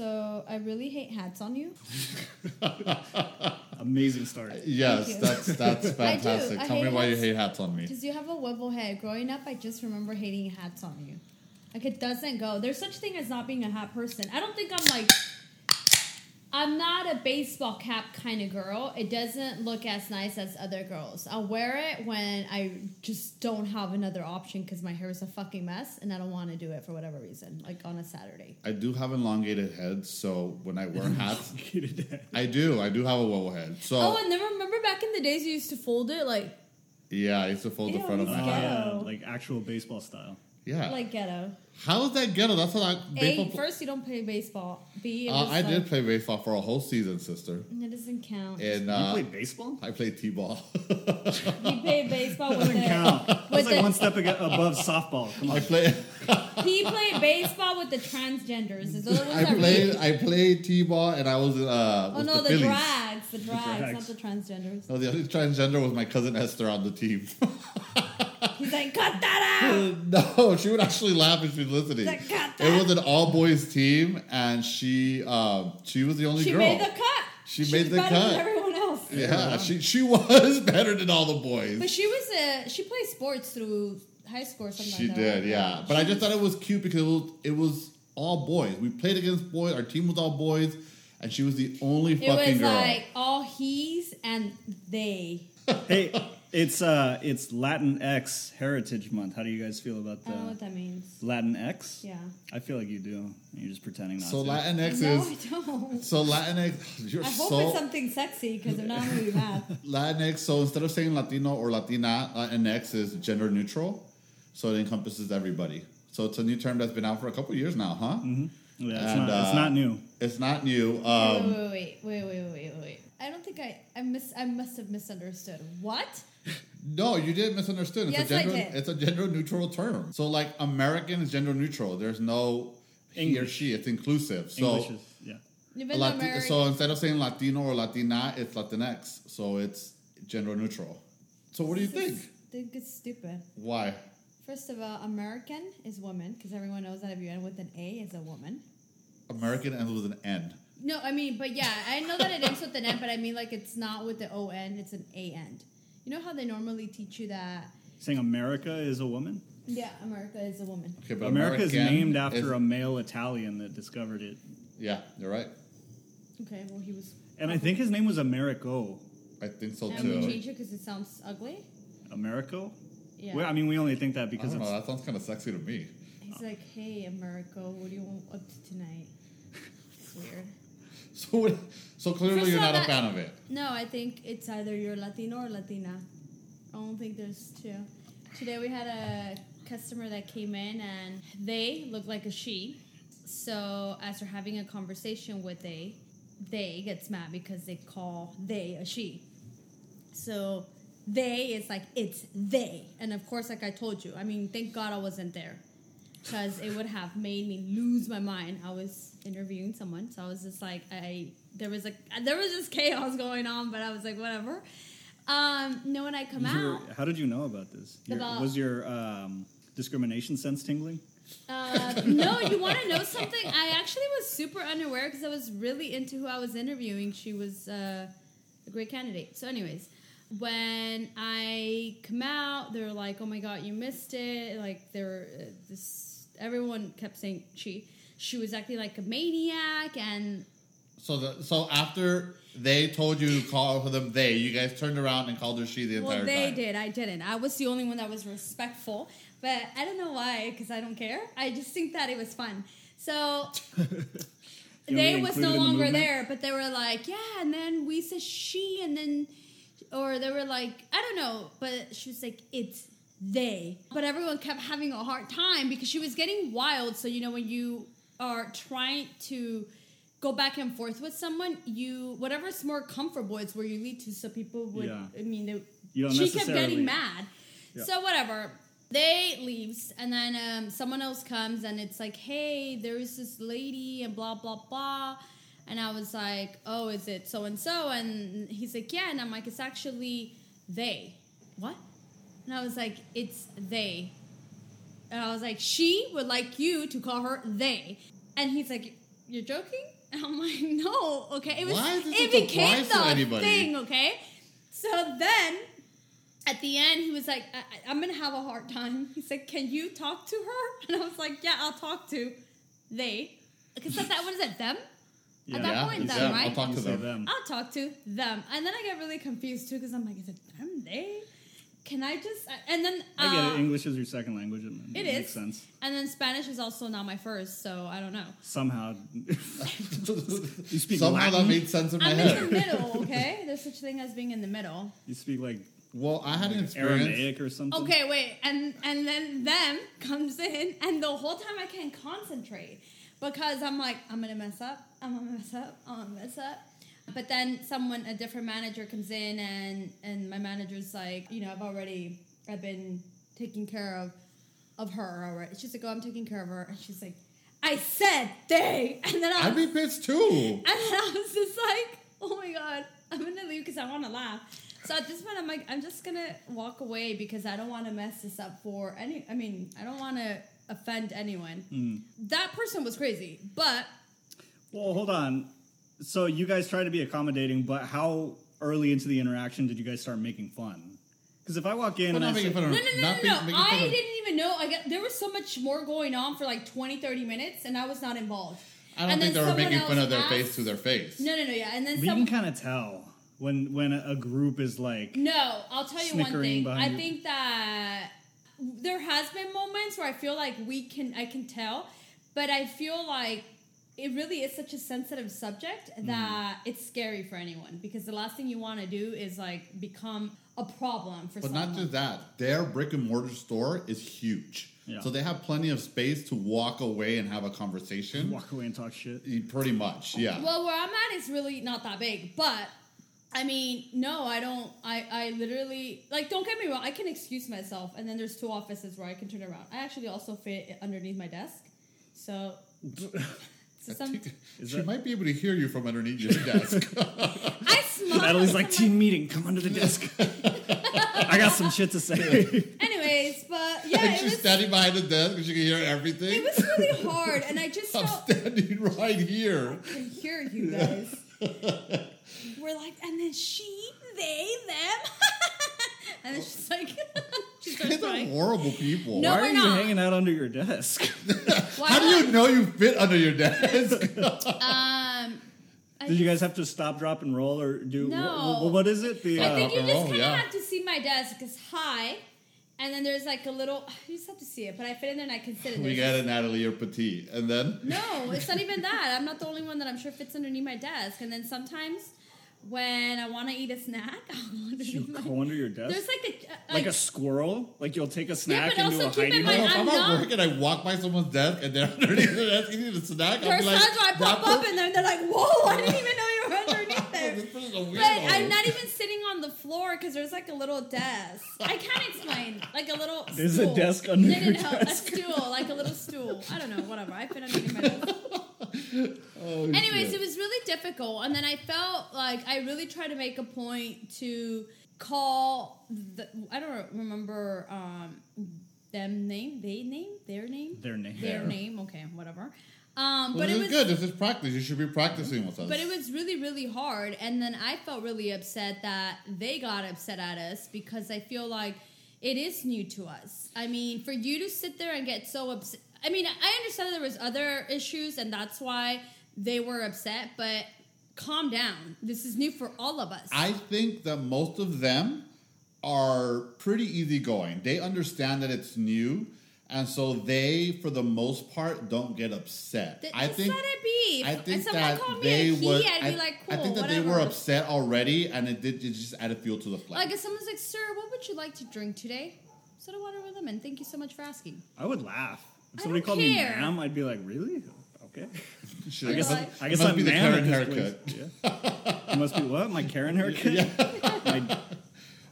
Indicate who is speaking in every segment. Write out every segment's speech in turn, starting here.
Speaker 1: I really hate hats on you.
Speaker 2: Amazing start.
Speaker 1: Thank
Speaker 3: Yes,
Speaker 1: you.
Speaker 3: that's that's fantastic.
Speaker 1: I
Speaker 3: Tell me
Speaker 1: hate
Speaker 3: why you
Speaker 1: hats.
Speaker 3: hate hats on me.
Speaker 1: Because you have a level head. Growing up, I just remember hating hats on you. Like it doesn't go. There's such thing as not being a hat person. I don't think I'm like. I'm not a baseball cap kind of girl. It doesn't look as nice as other girls. I'll wear it when I just don't have another option because my hair is a fucking mess and I don't want to do it for whatever reason, like on a Saturday.
Speaker 3: I do have elongated heads, so when I wear hats,
Speaker 2: Get it down.
Speaker 3: I do. I do have a wobble head. So
Speaker 1: Oh, and then remember back in the days you used to fold it like
Speaker 3: yeah, I used to fold
Speaker 1: Ew,
Speaker 3: the front of
Speaker 1: he's
Speaker 3: my
Speaker 1: gay.
Speaker 3: head.
Speaker 2: Yeah,
Speaker 1: Wow.
Speaker 2: like actual baseball style.
Speaker 3: Yeah.
Speaker 1: like ghetto.
Speaker 3: How is that ghetto? That's what I.
Speaker 1: A,
Speaker 3: baseball-
Speaker 1: first you don't play baseball. B, it
Speaker 3: uh,
Speaker 1: was
Speaker 3: I did
Speaker 1: like-
Speaker 3: play baseball for a whole season, sister,
Speaker 1: That doesn't count.
Speaker 3: and
Speaker 2: you
Speaker 3: uh,
Speaker 2: play baseball?
Speaker 3: I played t-ball.
Speaker 1: You played baseball with
Speaker 2: Doesn't count.
Speaker 1: the, with
Speaker 2: That's like one
Speaker 1: the
Speaker 2: step ag- above softball. Come
Speaker 3: I
Speaker 2: on.
Speaker 3: played.
Speaker 1: he played baseball with the transgenders. Is those the ones
Speaker 3: I
Speaker 1: that
Speaker 3: played.
Speaker 1: really-
Speaker 3: I played t-ball, and I was. Uh,
Speaker 1: Oh
Speaker 3: with
Speaker 1: no,
Speaker 3: the
Speaker 1: the,
Speaker 3: Phillies.
Speaker 1: drags, the drags, not
Speaker 2: drags.
Speaker 1: the transgenders.
Speaker 3: No, the only transgender was my cousin Esther on the team.
Speaker 1: He's like, cut that out.
Speaker 3: no, she would actually laugh if she's listening.
Speaker 1: Like, "Cut
Speaker 3: It was an all boys team, and she um, she was the only
Speaker 1: She
Speaker 3: girl.
Speaker 1: made the cut.
Speaker 3: She
Speaker 1: She's
Speaker 3: made the
Speaker 1: better
Speaker 3: cut.
Speaker 1: Than everyone else.
Speaker 3: yeah, she she was better than all the
Speaker 1: But
Speaker 3: boys.
Speaker 1: she was a she played sports through high school or something.
Speaker 3: She
Speaker 1: like that.
Speaker 3: did, yeah. But I just thought it was cute because it was, it was all boys. We played against boys. Our team was all boys, and she was the only
Speaker 1: It
Speaker 3: fucking
Speaker 1: was
Speaker 3: girl.
Speaker 1: like all he's and they.
Speaker 2: hey, it's uh, it's Latin X Heritage Month. How do you guys feel about
Speaker 1: I don't know what
Speaker 2: that?
Speaker 1: that means.
Speaker 2: Latin X?
Speaker 1: Oh, Yeah.
Speaker 2: I feel like you do. You're just pretending not
Speaker 3: so
Speaker 2: to.
Speaker 3: Latinx
Speaker 1: no,
Speaker 3: is
Speaker 1: I don't.
Speaker 3: so Latinx. You're
Speaker 1: I hope
Speaker 3: so
Speaker 1: it's something sexy because if not, I'm gonna be mad.
Speaker 3: Latinx, so instead of saying Latino or Latina, Latinx is gender neutral, so it encompasses everybody. So it's a new term that's been out for a couple of years now, huh?
Speaker 2: Mm-hmm. Yeah, it's,
Speaker 3: And,
Speaker 2: not, it's
Speaker 3: uh,
Speaker 2: not new.
Speaker 3: It's not new. Um,
Speaker 1: wait, wait, wait, wait, wait, wait, wait. I don't think I I miss I must have misunderstood. What?
Speaker 3: no, you did misunderstood. It's
Speaker 1: Yes,
Speaker 3: a
Speaker 1: I
Speaker 3: gender,
Speaker 1: did.
Speaker 3: It's a gender neutral term. So like American is gender neutral. There's no he or
Speaker 2: English.
Speaker 3: she. It's inclusive. So
Speaker 2: English is yeah.
Speaker 1: Even though
Speaker 3: Lati-
Speaker 1: Mary-
Speaker 3: so instead of saying Latino or Latina, it's Latinx. So it's gender neutral. So what do you think?
Speaker 1: I think it's stupid.
Speaker 3: Why?
Speaker 1: First of all, American is woman because everyone knows that if you end with an A, is a woman.
Speaker 3: American ends with an N.
Speaker 1: No, I mean, but yeah, I know that it ends with an N, but I mean, like, it's not with the O N, it's an A end. You know how they normally teach you that?
Speaker 2: Saying America is a woman.
Speaker 1: Yeah, America is a woman.
Speaker 3: Okay, but
Speaker 2: America is
Speaker 3: American
Speaker 2: named
Speaker 3: is-
Speaker 2: after a male Italian that discovered it,
Speaker 3: Yeah, you're right.
Speaker 1: Okay, well, he was.
Speaker 2: and I think his name was Americo.
Speaker 3: I think so
Speaker 1: And we
Speaker 3: too.
Speaker 1: change it because it sounds ugly.
Speaker 2: Americo.
Speaker 1: Yeah.
Speaker 2: Well, I mean, we only think that
Speaker 3: I
Speaker 2: because
Speaker 3: don't
Speaker 2: it's
Speaker 3: know. That sounds kind of sexy to me.
Speaker 1: He's like, hey, America, what do you want up to tonight? It's weird.
Speaker 3: So, what- so clearly
Speaker 1: First
Speaker 3: you're
Speaker 1: of all,
Speaker 3: not a
Speaker 1: that-
Speaker 3: fan of it.
Speaker 1: No, I think it's either you're Latino or Latina. I don't think there's two. Today we had a customer that came in and they look like a she. So as we're having a conversation with a, they gets mad because they call they a she. So they is like it's they, and of course, like I told you, I mean, thank God I wasn't there, because it would have made me lose my mind. I was interviewing someone, so I was just like, I there was like there was just chaos going on, but I was like, whatever. Um, no, when I come
Speaker 2: Is your-
Speaker 1: out,
Speaker 2: how did you know about this? Your-
Speaker 1: About-
Speaker 2: was your um, discrimination sense tingling?
Speaker 1: Uh, no, you want to know something? I actually was super unaware because I was really into who I was interviewing. She was uh, a great candidate. So, anyways, when I come out, they're like, "Oh my god, you missed it!" Like they were uh, this. Everyone kept saying she she was acting like a maniac, and
Speaker 3: So, the, so after they told you to call for them, they you guys turned around and called her she the entire
Speaker 1: well, they
Speaker 3: time.
Speaker 1: did. I didn't. I was the only one that was respectful, but I don't know why because I don't care. I just think that it was fun. So
Speaker 2: You wanna
Speaker 1: they
Speaker 2: be
Speaker 1: was
Speaker 2: included
Speaker 1: no
Speaker 2: in the
Speaker 1: longer
Speaker 2: movement?
Speaker 1: there, but they were like, yeah, and then we said she, and then, or they were like, I don't know, but she was like, it's they. But everyone kept having a hard time because she was getting wild. So, you know, when you are trying to go back and forth with someone, you, whatever's more comfortable is where you lead to. So people would,
Speaker 2: Yeah.
Speaker 1: I mean, they,
Speaker 2: You don't
Speaker 1: she kept
Speaker 2: necessarily-
Speaker 1: getting mad. So whatever. They leaves and then um, someone else comes and it's like, hey, there is this lady and blah blah blah. And I was like, oh, is it so and so? And he's like, yeah. And I'm like, it's actually they. What? And I was like, it's they. And I was like, she would like you to call her they. And he's like, You're joking? And I'm like, no, okay. It was
Speaker 3: Why is this
Speaker 1: it
Speaker 3: such a
Speaker 1: became
Speaker 3: prize to
Speaker 1: the
Speaker 3: anybody?
Speaker 1: thing, okay? So then at the end he was like, I, I- I'm gonna have a hard time. He said, Can you talk to her? And I was like, Yeah, I'll talk to they. Because at that what is it, them? At that
Speaker 3: Yeah,
Speaker 1: point,
Speaker 3: it's
Speaker 1: them,
Speaker 3: them.
Speaker 1: right?
Speaker 3: I'll talk
Speaker 2: You
Speaker 3: to
Speaker 2: say
Speaker 3: them.
Speaker 2: them.
Speaker 1: I'll talk to them. And then I get really confused too because I'm like, is it them? They? Can I just? And then uh,
Speaker 2: I get it. English is your second language. It,
Speaker 1: It
Speaker 2: makes
Speaker 1: is.
Speaker 2: sense.
Speaker 1: And then Spanish is also not my first, so I don't know.
Speaker 2: Somehow, you speak
Speaker 3: Somehow that
Speaker 2: Latin?
Speaker 3: made sense in my
Speaker 1: I'm in the
Speaker 3: head.
Speaker 1: middle, okay? There's such thing as being in the middle.
Speaker 2: you speak like
Speaker 3: Well, I had an experience.
Speaker 2: Aramaic or something.
Speaker 1: Okay, wait, and and then them comes in, and the whole time I can't concentrate because I'm like, I'm gonna mess up, I'm gonna mess up, I'm gonna mess up. But then someone, a different manager comes in, and and my manager's like, you know, I've already, I've been taking care of, of her already. She's like, oh, I'm taking care of her, and she's like, I said they, and then I
Speaker 3: I'd
Speaker 1: was,
Speaker 3: be pissed too.
Speaker 1: and then I was just like, oh my god, I'm gonna leave because I want to laugh. So at this point, I'm like, I'm just gonna walk away because I don't want to mess this up for any. I mean, I don't want to offend anyone.
Speaker 3: Mm.
Speaker 1: That person was crazy, but
Speaker 2: Well, hold on. So you guys try to be accommodating, but how early into the interaction did you guys start making fun? Because if I walk in
Speaker 3: We're
Speaker 2: and I
Speaker 3: not
Speaker 2: say,
Speaker 3: making fun of
Speaker 1: no, no, no,
Speaker 3: not
Speaker 1: no,
Speaker 3: being-
Speaker 1: no.
Speaker 3: making fun
Speaker 1: I
Speaker 3: of-
Speaker 1: didn't even know. I got, there was so much more going on for like 20, 30 minutes, and I was not involved.
Speaker 3: I don't
Speaker 1: And
Speaker 3: think they
Speaker 1: then
Speaker 3: were
Speaker 1: someone
Speaker 3: making fun
Speaker 1: else
Speaker 3: of their
Speaker 1: asked-
Speaker 3: face to their face.
Speaker 1: No, no, no, yeah, and then
Speaker 2: but you
Speaker 1: someone.
Speaker 2: can kind of tell when when a group is like,
Speaker 1: No, I'll tell you one
Speaker 2: Snickering
Speaker 1: thing.
Speaker 2: behind
Speaker 1: I
Speaker 2: your-
Speaker 1: think that there has been moments where I feel like we can I can tell, but I feel like it really is such a sensitive subject that it's scary for anyone because the last thing you want to do is like become a problem for
Speaker 3: But
Speaker 1: someone.
Speaker 3: not just that, their brick and mortar store is huge.
Speaker 2: Yeah.
Speaker 3: So they have plenty of space to walk away and have a conversation.
Speaker 2: walk away and talk shit.
Speaker 3: Y- Pretty much, yeah.
Speaker 1: Well, where I'm at is really not that big, but I mean, no, I don't. I, I literally like. Don't get me wrong. I can excuse myself, and then there's two offices where I can turn around. I actually also fit underneath my desk, so. so some,
Speaker 2: Is
Speaker 3: she
Speaker 2: that-
Speaker 3: might be able to hear you from underneath your desk.
Speaker 1: I smile.
Speaker 2: Natalie's like,
Speaker 1: I'm
Speaker 2: team meeting, come under the desk. I got some shit to say.
Speaker 1: Anyways, but yeah,
Speaker 3: and
Speaker 1: it
Speaker 3: she's
Speaker 1: was,
Speaker 3: standing behind the desk and she can hear everything.
Speaker 1: it was really hard, and I just
Speaker 3: I'm
Speaker 1: felt
Speaker 3: standing right here.
Speaker 1: I can hear you guys. We're like, and then she, they, them, and
Speaker 3: Oh.
Speaker 1: then she's like, she starts
Speaker 3: Kids are
Speaker 1: crying.
Speaker 3: horrible people.
Speaker 1: No,
Speaker 2: Why
Speaker 1: we're
Speaker 2: are you
Speaker 1: not.
Speaker 2: hanging out under your desk?
Speaker 1: Why
Speaker 3: How do
Speaker 1: not?
Speaker 3: you know you fit under your desk?
Speaker 1: Um, I
Speaker 2: Did you guys have to stop, drop, and roll, or do wh-
Speaker 1: No.
Speaker 2: wh- what is it? The
Speaker 1: I
Speaker 2: uh,
Speaker 1: think you
Speaker 3: Rock and
Speaker 1: just
Speaker 3: roll,
Speaker 1: kind of
Speaker 3: Oh, yeah.
Speaker 1: have to see my desk because high, and then there's like a little. You just have to see it, but I fit in there and I can sit in there.
Speaker 3: we got it, Natalie, you're petite. And then
Speaker 1: No, it's not even that. I'm not the only one that I'm sure fits underneath my desk. And then sometimes when I want to eat a snack, I'll go
Speaker 2: you
Speaker 1: underneath my.
Speaker 2: go under your desk?
Speaker 1: There's like a
Speaker 2: like a squirrel? Like you'll take a snack
Speaker 1: but
Speaker 2: and do
Speaker 1: also
Speaker 2: a
Speaker 1: keep in
Speaker 2: hiding
Speaker 1: mind-
Speaker 2: hole?
Speaker 3: if
Speaker 1: I'm
Speaker 3: I'm at
Speaker 1: not-
Speaker 3: work and I walk by someone's desk and they're underneath their desk eating a snack, I'll
Speaker 1: there's
Speaker 3: be
Speaker 1: times
Speaker 3: like,
Speaker 1: where I pop
Speaker 3: "That
Speaker 1: up and then they're like, "Whoa! I didn't even know you were underneath there."
Speaker 3: This person's a weirdo.
Speaker 1: But I'm not even sitting on the floor because there's like a little desk. I can't explain. Like a little.
Speaker 2: There's a
Speaker 1: stool.
Speaker 2: desk under
Speaker 1: no, no,
Speaker 2: your
Speaker 1: no,
Speaker 2: desk.
Speaker 1: A stool, like a little stool. I don't know. Whatever. I fit underneath my desk.
Speaker 3: Oh,
Speaker 1: Anyways,
Speaker 3: shit.
Speaker 1: it was really difficult, and then I felt like I really tried to make a point to call. The, I don't remember um, them name, they name, their name,
Speaker 2: Their name.
Speaker 1: their
Speaker 2: Their.
Speaker 1: name. Okay, whatever. Um,
Speaker 3: Well,
Speaker 1: but it
Speaker 3: this
Speaker 1: was
Speaker 3: is good. This is practice. You should be practicing with us.
Speaker 1: but it was really, really hard. And then I felt really upset that they got upset at us because I feel like it is new to us. I mean, for you to sit there and get so upset. I mean, I understand there was other issues, and that's why they were upset. But calm down. This is new for all of us.
Speaker 3: I think that most of them are pretty easygoing. They understand that it's new, and so they, for the most part, don't get upset.
Speaker 1: Th-
Speaker 3: I
Speaker 1: just
Speaker 3: think.
Speaker 1: let it be.
Speaker 3: I
Speaker 1: If
Speaker 3: think
Speaker 1: someone
Speaker 3: that
Speaker 1: called me
Speaker 3: they
Speaker 1: a he,
Speaker 3: were.
Speaker 1: I'd
Speaker 3: I,
Speaker 1: be like, cool,
Speaker 3: I think that
Speaker 1: whatever.
Speaker 3: they were upset already, and it did. It just added fuel to the flame.
Speaker 1: Like if someone's like, "Sir, what would you like to drink today?" Soda water with lemon. Thank you so much for asking.
Speaker 2: I would laugh. If
Speaker 1: I
Speaker 2: somebody
Speaker 1: don't
Speaker 2: called me
Speaker 1: care.
Speaker 2: ma'am, I'd be like, really? Okay.
Speaker 3: Shit,
Speaker 2: I
Speaker 3: it
Speaker 2: guess
Speaker 3: must-
Speaker 2: I,
Speaker 1: Like-
Speaker 2: I
Speaker 3: it
Speaker 2: guess
Speaker 3: must
Speaker 2: I'm
Speaker 3: be the
Speaker 2: ma'am
Speaker 3: Karen
Speaker 2: at this
Speaker 3: haircut.
Speaker 2: place. Yeah. It must be what? My Karen haircut? My-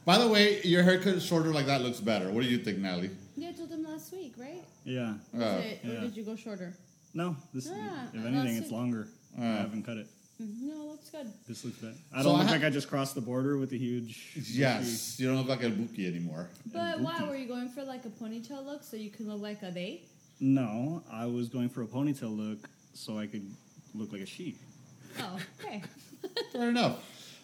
Speaker 3: By the way, your haircut is shorter like that looks better. What do you think, Natalie?
Speaker 1: Yeah, I told them last week, right?
Speaker 2: yeah.
Speaker 1: Or
Speaker 3: Uh,
Speaker 1: is it- or
Speaker 2: yeah.
Speaker 1: did you go shorter?
Speaker 2: No, this
Speaker 1: Yeah,
Speaker 2: if
Speaker 1: that's
Speaker 2: anything, it's
Speaker 1: Ah, it.
Speaker 2: longer. I
Speaker 3: Ah.
Speaker 2: haven't cut it.
Speaker 1: Mm-hmm. No, looks good.
Speaker 2: This looks bad. I
Speaker 3: So
Speaker 2: don't
Speaker 3: I
Speaker 2: look
Speaker 3: ha-
Speaker 2: like I just crossed the border with a huge.
Speaker 3: Yes, you don't look like a buki anymore.
Speaker 1: But why were you going for like a ponytail look so you can look like a they?
Speaker 2: No, I was going for a ponytail look so I could look like a she.
Speaker 1: Oh, okay.
Speaker 3: Fair enough.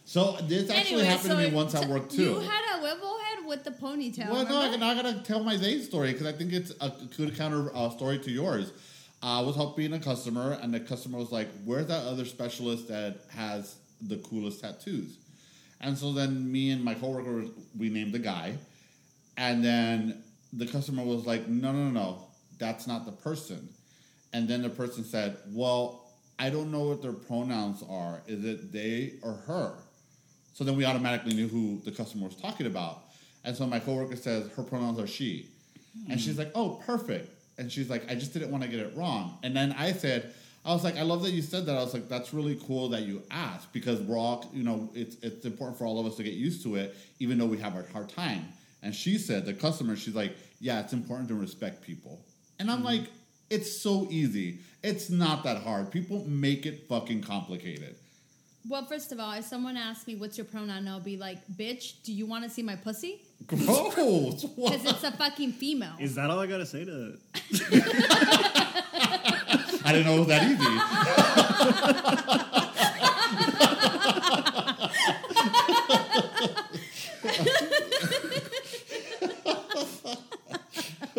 Speaker 3: So this actually happened to me
Speaker 1: it-
Speaker 3: once at work too.
Speaker 1: You had a wimble head with the ponytail.
Speaker 3: Well, no, I,
Speaker 1: remember?
Speaker 3: I gotta tell my Zay story because I think it's a good counter uh, story to yours. I was helping a customer, and the customer was like, "Where's that other specialist that has the coolest tattoos?" And so then me and my coworker we named the guy, and then the customer was like, "No, no, no, that's not the person." And then the person said, "Well, I don't know what their pronouns are. Is it they or her?" So then we automatically knew who the customer was talking about. And so my coworker says her pronouns are she. And she's like, oh, perfect. And she's like, I just didn't want to get it wrong. And then I said, I was like, I love that you said that. I was like, that's really cool that you asked because we're all, you know, it's, it's important for all of us to get used to it, even though we have a hard time. And she said, the customer, she's like, yeah, it's important to respect people. And I'm like, it's so easy. It's not that hard. People make it fucking complicated.
Speaker 1: Well, first of all, if someone asks me what's your pronoun, I'll be like, "Bitch, do you want to see my pussy?"
Speaker 3: Gross. What?
Speaker 1: Because it's a fucking female.
Speaker 2: Is that all I gotta say to?
Speaker 3: I didn't know it was that easy.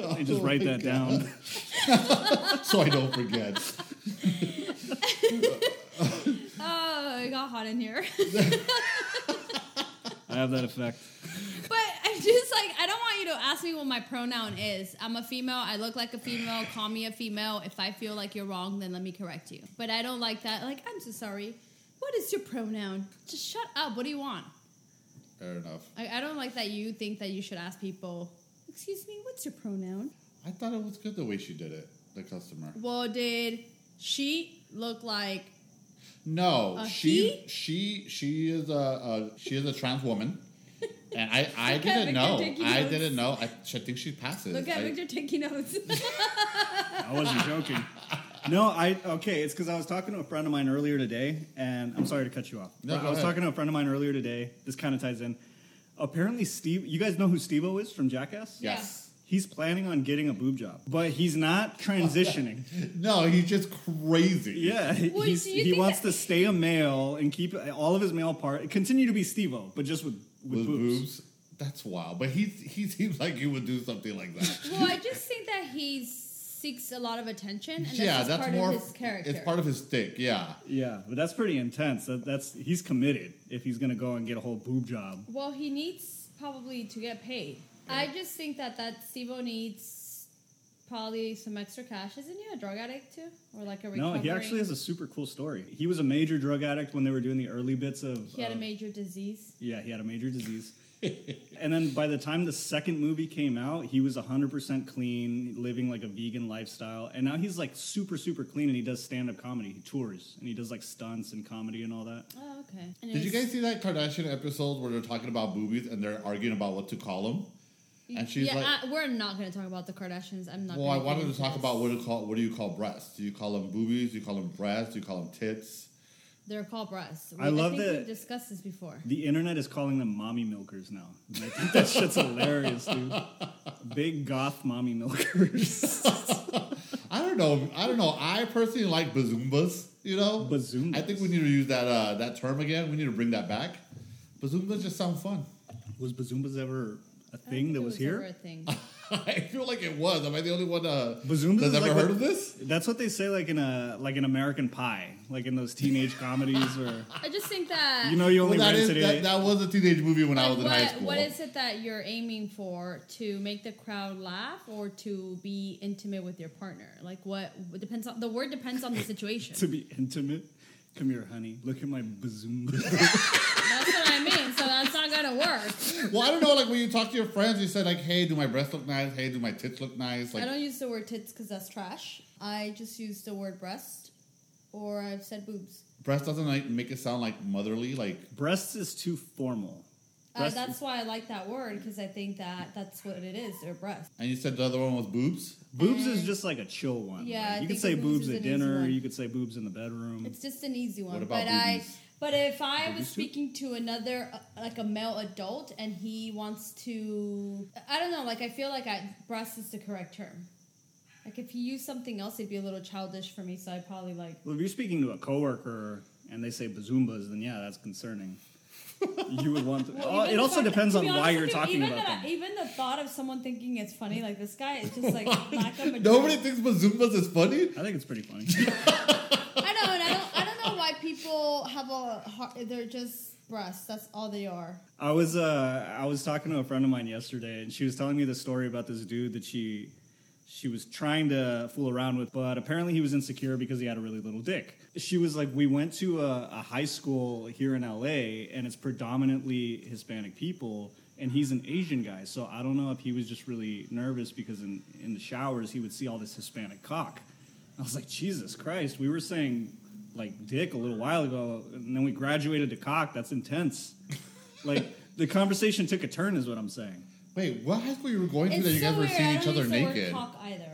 Speaker 3: Oh
Speaker 2: I just write that down.
Speaker 3: so I don't forget.
Speaker 1: oh, it got hot in here.
Speaker 2: I have that effect.
Speaker 1: But I'm just like, I don't want you to ask me what my pronoun is. I'm a female. I look like a female. Call me a female. If I feel like you're wrong, then let me correct you. But I don't like that. Like, I'm so sorry. What is your pronoun? Just shut up. What do you want?
Speaker 3: Fair enough.
Speaker 1: I, I don't like that you think that you should ask people, excuse me, what's your pronoun?
Speaker 3: I thought it was good the way she did it, the customer.
Speaker 1: Well, did she look like.
Speaker 3: No,
Speaker 1: A
Speaker 3: she she she is a, a she is a trans woman, and I I
Speaker 1: Look at
Speaker 3: didn't
Speaker 1: Victor
Speaker 3: know.
Speaker 1: taking
Speaker 3: I
Speaker 1: notes.
Speaker 3: didn't know. I, sh- I think she passes.
Speaker 1: Look at
Speaker 3: I-
Speaker 1: Victor taking notes.
Speaker 2: I wasn't joking. No, I okay. It's because I was talking to a friend of mine earlier today, and I'm sorry to cut you off.
Speaker 3: No,
Speaker 2: but
Speaker 3: go
Speaker 2: I was
Speaker 3: ahead.
Speaker 2: talking to a friend of mine earlier today. This kind of ties in. Apparently, Steve. You guys know who Steve-O is from Jackass?
Speaker 3: Yes.
Speaker 2: He's planning on getting a boob job, but he's not transitioning.
Speaker 3: No, he's just crazy.
Speaker 2: yeah, he-
Speaker 1: Wait,
Speaker 2: he's-
Speaker 1: do you
Speaker 2: he
Speaker 1: think
Speaker 2: wants
Speaker 1: that-
Speaker 2: to stay a male and keep all of his male part, continue to be Steve-O, but just with with,
Speaker 3: with
Speaker 2: boobs.
Speaker 3: boobs. That's wild. But he he seems like he would do something like that.
Speaker 1: well, I just think that he seeks a lot of attention, and that's,
Speaker 3: yeah,
Speaker 1: just
Speaker 3: that's
Speaker 1: part
Speaker 3: more.
Speaker 1: of his character.
Speaker 3: It's part of his stick. Yeah.
Speaker 2: Yeah, but that's pretty intense. That, that's he's committed if he's gonna go and get a whole boob job.
Speaker 1: Well, he needs probably to get paid. I just think that that Stevo needs probably some extra cash. Isn't he a drug addict too, or like a recovering?
Speaker 2: No, he actually has a super cool story. He was a major drug addict when they were doing the early bits of.
Speaker 1: He had a
Speaker 2: of-
Speaker 1: major disease.
Speaker 2: yeah, he had a major disease. and then by the time the second movie came out, he was 100% clean, living like a vegan lifestyle. And now he's like super, super clean and he does stand up comedy. He tours and he does like stunts and comedy and all that.
Speaker 1: Oh, okay.
Speaker 3: Did you guys see that Kardashian episode where they're talking about boobies and they're arguing about what to call them? And she's
Speaker 1: yeah,
Speaker 3: like,
Speaker 1: I, we're not going to talk about the Kardashians. I'm not.
Speaker 3: "Well, I
Speaker 1: gonna get
Speaker 3: wanted to
Speaker 1: into
Speaker 3: talk
Speaker 1: this.
Speaker 3: about what do call what do you call breasts? Do you call them boobies? Do you call them breasts? Do you call them tits?"
Speaker 1: They're called breasts. We,
Speaker 2: I love
Speaker 1: think
Speaker 2: that-
Speaker 1: We've discussed this before.
Speaker 2: The internet is calling them mommy milkers now. And I think that shit's hilarious, dude. Big goth mommy milkers.
Speaker 3: I don't know. I don't know. I personally like bazoombas. You know,
Speaker 2: Bazoombas.
Speaker 3: I think we need to use that uh, that term again. We need to bring that back. Bazoombas just sound fun.
Speaker 2: was Bazoombas ever a
Speaker 1: I don't
Speaker 2: thing
Speaker 1: think
Speaker 2: that
Speaker 1: it
Speaker 2: was,
Speaker 1: ever
Speaker 2: here?
Speaker 1: a thing.
Speaker 3: I feel like it was. Am I the only one uh,
Speaker 2: Bazoombas
Speaker 3: that's
Speaker 2: is
Speaker 3: ever
Speaker 2: like
Speaker 3: heard
Speaker 2: what-
Speaker 3: of this?
Speaker 2: That's what they say, like in a like in American Pie, like in those teenage comedies, where
Speaker 1: I just think that
Speaker 2: you know you
Speaker 3: Well,
Speaker 2: only
Speaker 3: that
Speaker 2: ran
Speaker 3: is
Speaker 2: today.
Speaker 3: that, that was a teenage movie when
Speaker 1: Like,
Speaker 3: I was in
Speaker 1: what,
Speaker 3: high school.
Speaker 1: what is it that you're aiming for to make the crowd laugh or to be intimate with your partner? Like what what depends on the word depends on the situation.
Speaker 2: to be intimate. Come here, honey. Look at my bazoomba.
Speaker 1: that's what I mean. So that's not gonna work.
Speaker 3: Well, I don't know. Like when you talk to your friends, you said like, "Hey, do my breasts look nice? Hey, do my tits look nice?"
Speaker 1: I
Speaker 3: Like,
Speaker 1: don't use the word tits because that's trash. I just use the word breast, or I've said boobs.
Speaker 3: breast doesn't like make it sound like motherly. Like,
Speaker 2: Breasts is too formal.
Speaker 1: Uh,
Speaker 2: Breast-
Speaker 1: that's why I like that word because I think that that's what it is. They're breast.
Speaker 3: and you said the other one was boobs.
Speaker 2: boobs is just like a chill one.
Speaker 1: Yeah,
Speaker 2: Like,
Speaker 1: I
Speaker 2: you
Speaker 1: think
Speaker 2: could say
Speaker 1: boobs
Speaker 2: boobs
Speaker 1: is
Speaker 2: at
Speaker 1: an easy
Speaker 2: dinner.
Speaker 1: one.
Speaker 2: You could say boobs in the bedroom.
Speaker 1: It's just an easy one.
Speaker 3: What about
Speaker 1: but I
Speaker 3: boobies?
Speaker 1: but if I was
Speaker 2: Boobies too?
Speaker 1: speaking to another uh, like a male adult and he wants to I don't know, like I feel like I breast is the correct term. Like if he used something else it'd be a little childish for me, so I probably like
Speaker 2: well, if you're speaking to a coworker and they say bazoombas, then yeah, that's concerning. you would want. To, Uh,
Speaker 4: Well, even
Speaker 2: it
Speaker 4: the
Speaker 2: also
Speaker 4: fact-
Speaker 2: depends
Speaker 4: to
Speaker 2: on
Speaker 4: be honest
Speaker 2: why you're
Speaker 4: with you,
Speaker 2: talking
Speaker 4: even
Speaker 2: about
Speaker 4: the,
Speaker 2: them.
Speaker 4: Even the thought of someone thinking it's funny, like this guy, it's just like lack of
Speaker 3: Nobody thinks bazoombas is funny.
Speaker 2: I think it's pretty funny.
Speaker 4: I know, and I don't, I don't know why people have a heart. They're just breasts. That's all they are.
Speaker 2: I was uh, I was talking to a friend of mine yesterday, and she was telling me the story about this dude that she she was trying to fool around with, but apparently he was insecure because he had a really little dick. She was like, "We went to a, a high school here in LA, and it's predominantly Hispanic people." And he's an Asian guy, so I don't know if he was just really nervous because in, in the showers he would see all this Hispanic cock. I was like, Jesus Christ, we were saying like dick a little while ago, and then we graduated to cock. That's intense. Like the conversation took a turn, is what I'm saying.
Speaker 3: Wait, what high school you were going to
Speaker 4: It's
Speaker 3: that you
Speaker 4: so
Speaker 3: guys were
Speaker 4: weird. I
Speaker 3: seeing
Speaker 4: don't
Speaker 3: each other
Speaker 4: use the word
Speaker 3: naked?
Speaker 4: cock either.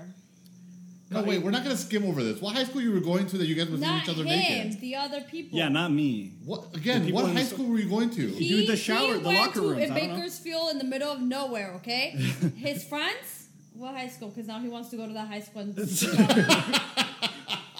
Speaker 3: No, wait, we're not gonna skim over this. What high school you were going to that you guys were seeing
Speaker 4: Not
Speaker 3: each other
Speaker 4: him.
Speaker 3: naked?
Speaker 4: The other people.
Speaker 2: Yeah, not me.
Speaker 3: What
Speaker 2: The
Speaker 3: again?
Speaker 2: people
Speaker 3: What
Speaker 2: in
Speaker 3: high
Speaker 2: the-
Speaker 3: school were you going to?
Speaker 4: He,
Speaker 2: Dude, the shower-
Speaker 4: he
Speaker 2: the
Speaker 4: went to
Speaker 2: locker rooms,
Speaker 4: in
Speaker 2: I don't know.
Speaker 4: Bakersfield in the middle of nowhere. Okay, his friends. What high school? Because now he wants to go to that high school. And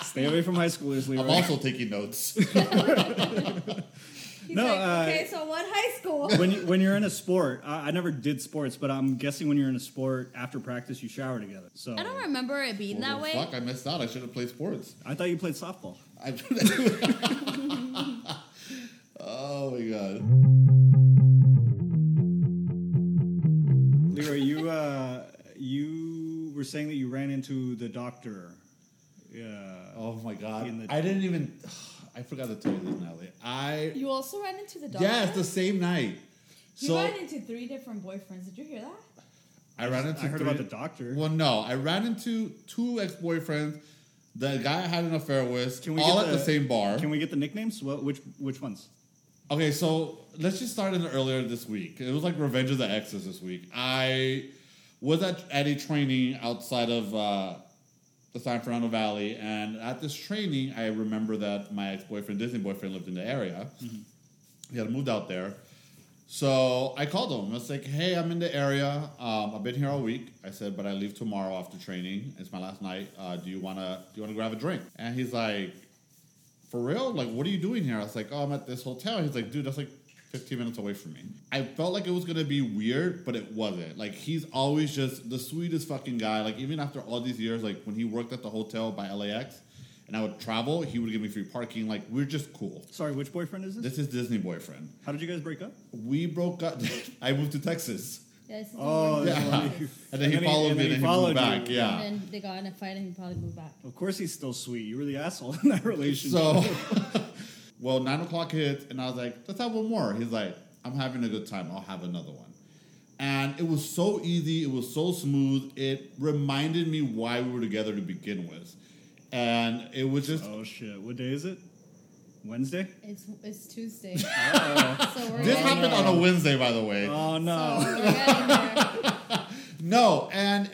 Speaker 2: Stay away from high schoolers, Leroy.
Speaker 3: I'm also taking notes.
Speaker 4: He's
Speaker 2: No,
Speaker 4: like,
Speaker 2: uh,
Speaker 4: okay, so what high school?
Speaker 2: when you, when you're in a sport, I, I never did sports, but I'm guessing when you're in a sport after practice, you shower together. So
Speaker 1: I don't remember it being
Speaker 3: Well,
Speaker 1: that way.
Speaker 3: Fuck, I missed out. I should have played sports.
Speaker 2: I thought you played softball.
Speaker 3: I- oh my god.
Speaker 2: Leroy, you uh, you were saying that you ran into the doctor. Uh, Yeah.
Speaker 3: Oh my god.
Speaker 2: In the-
Speaker 3: I didn't even. I forgot to tell you this, Natalie. I
Speaker 4: You also ran into the doctor.
Speaker 3: yes, the same night.
Speaker 4: He
Speaker 2: So-
Speaker 4: ran into three different boyfriends. Did you hear that?
Speaker 3: I ran into.
Speaker 2: I heard
Speaker 3: three-
Speaker 2: about the doctor.
Speaker 3: Well, no, I ran into two ex-boyfriends. The guy I had an affair with,
Speaker 2: Can we
Speaker 3: all
Speaker 2: get
Speaker 3: at the, same bar.
Speaker 2: Can we get the nicknames? What, which which ones?
Speaker 3: Okay, so let's just start in earlier this week. It was like Revenge of the Exes this week. I was at, at a training outside of uh, the San Fernando Valley, and at this training, I remember that my ex boyfriend, Disney boyfriend, lived in the area. He had moved out there. So I called him. I was like, hey, I'm in the area. Um, I've been here all week. I said, but I leave tomorrow after training. It's my last night. Uh, do you wanna do you wanna grab a drink? And he's like, for real? Like, what are you doing here? I was like, oh, I'm at this hotel. He's like, dude, that's like 15 minutes away from me. I felt like it was gonna be weird, but it wasn't. Like, he's always just the sweetest fucking guy. Like, even after all these years, like when he worked at the hotel by LAX and I would travel, he would give me free parking. Like, we're just cool.
Speaker 2: Sorry, which boyfriend is this?
Speaker 3: This is Disney boyfriend.
Speaker 2: How did you guys break up?
Speaker 3: We broke up. I moved to Texas.
Speaker 4: Yes.
Speaker 2: Oh,
Speaker 4: the
Speaker 2: that's
Speaker 3: Yeah.
Speaker 2: funny.
Speaker 3: And then he
Speaker 2: And then he-
Speaker 3: followed
Speaker 2: and then
Speaker 3: me and
Speaker 2: he
Speaker 3: then he
Speaker 2: followed
Speaker 3: moved
Speaker 2: you.
Speaker 3: back. Yeah.
Speaker 4: And then they got in a fight, and he probably moved back.
Speaker 2: Of course, he's still sweet. You were the asshole in that relationship.
Speaker 3: So, well, nine o'clock hits, and I was like, let's have one more. He's like, I'm having a good time. I'll have another one. And it was so easy. It was so smooth. It reminded me why we were together to begin with. And it was just,
Speaker 2: oh shit! What day is it? Wednesday.
Speaker 4: It's it's Tuesday,
Speaker 2: Oh,
Speaker 4: so we're
Speaker 3: this
Speaker 4: getting
Speaker 3: happened
Speaker 4: there.
Speaker 3: on a Wednesday, by the way.
Speaker 2: oh
Speaker 4: So
Speaker 2: no!
Speaker 4: we're getting there.
Speaker 3: No, and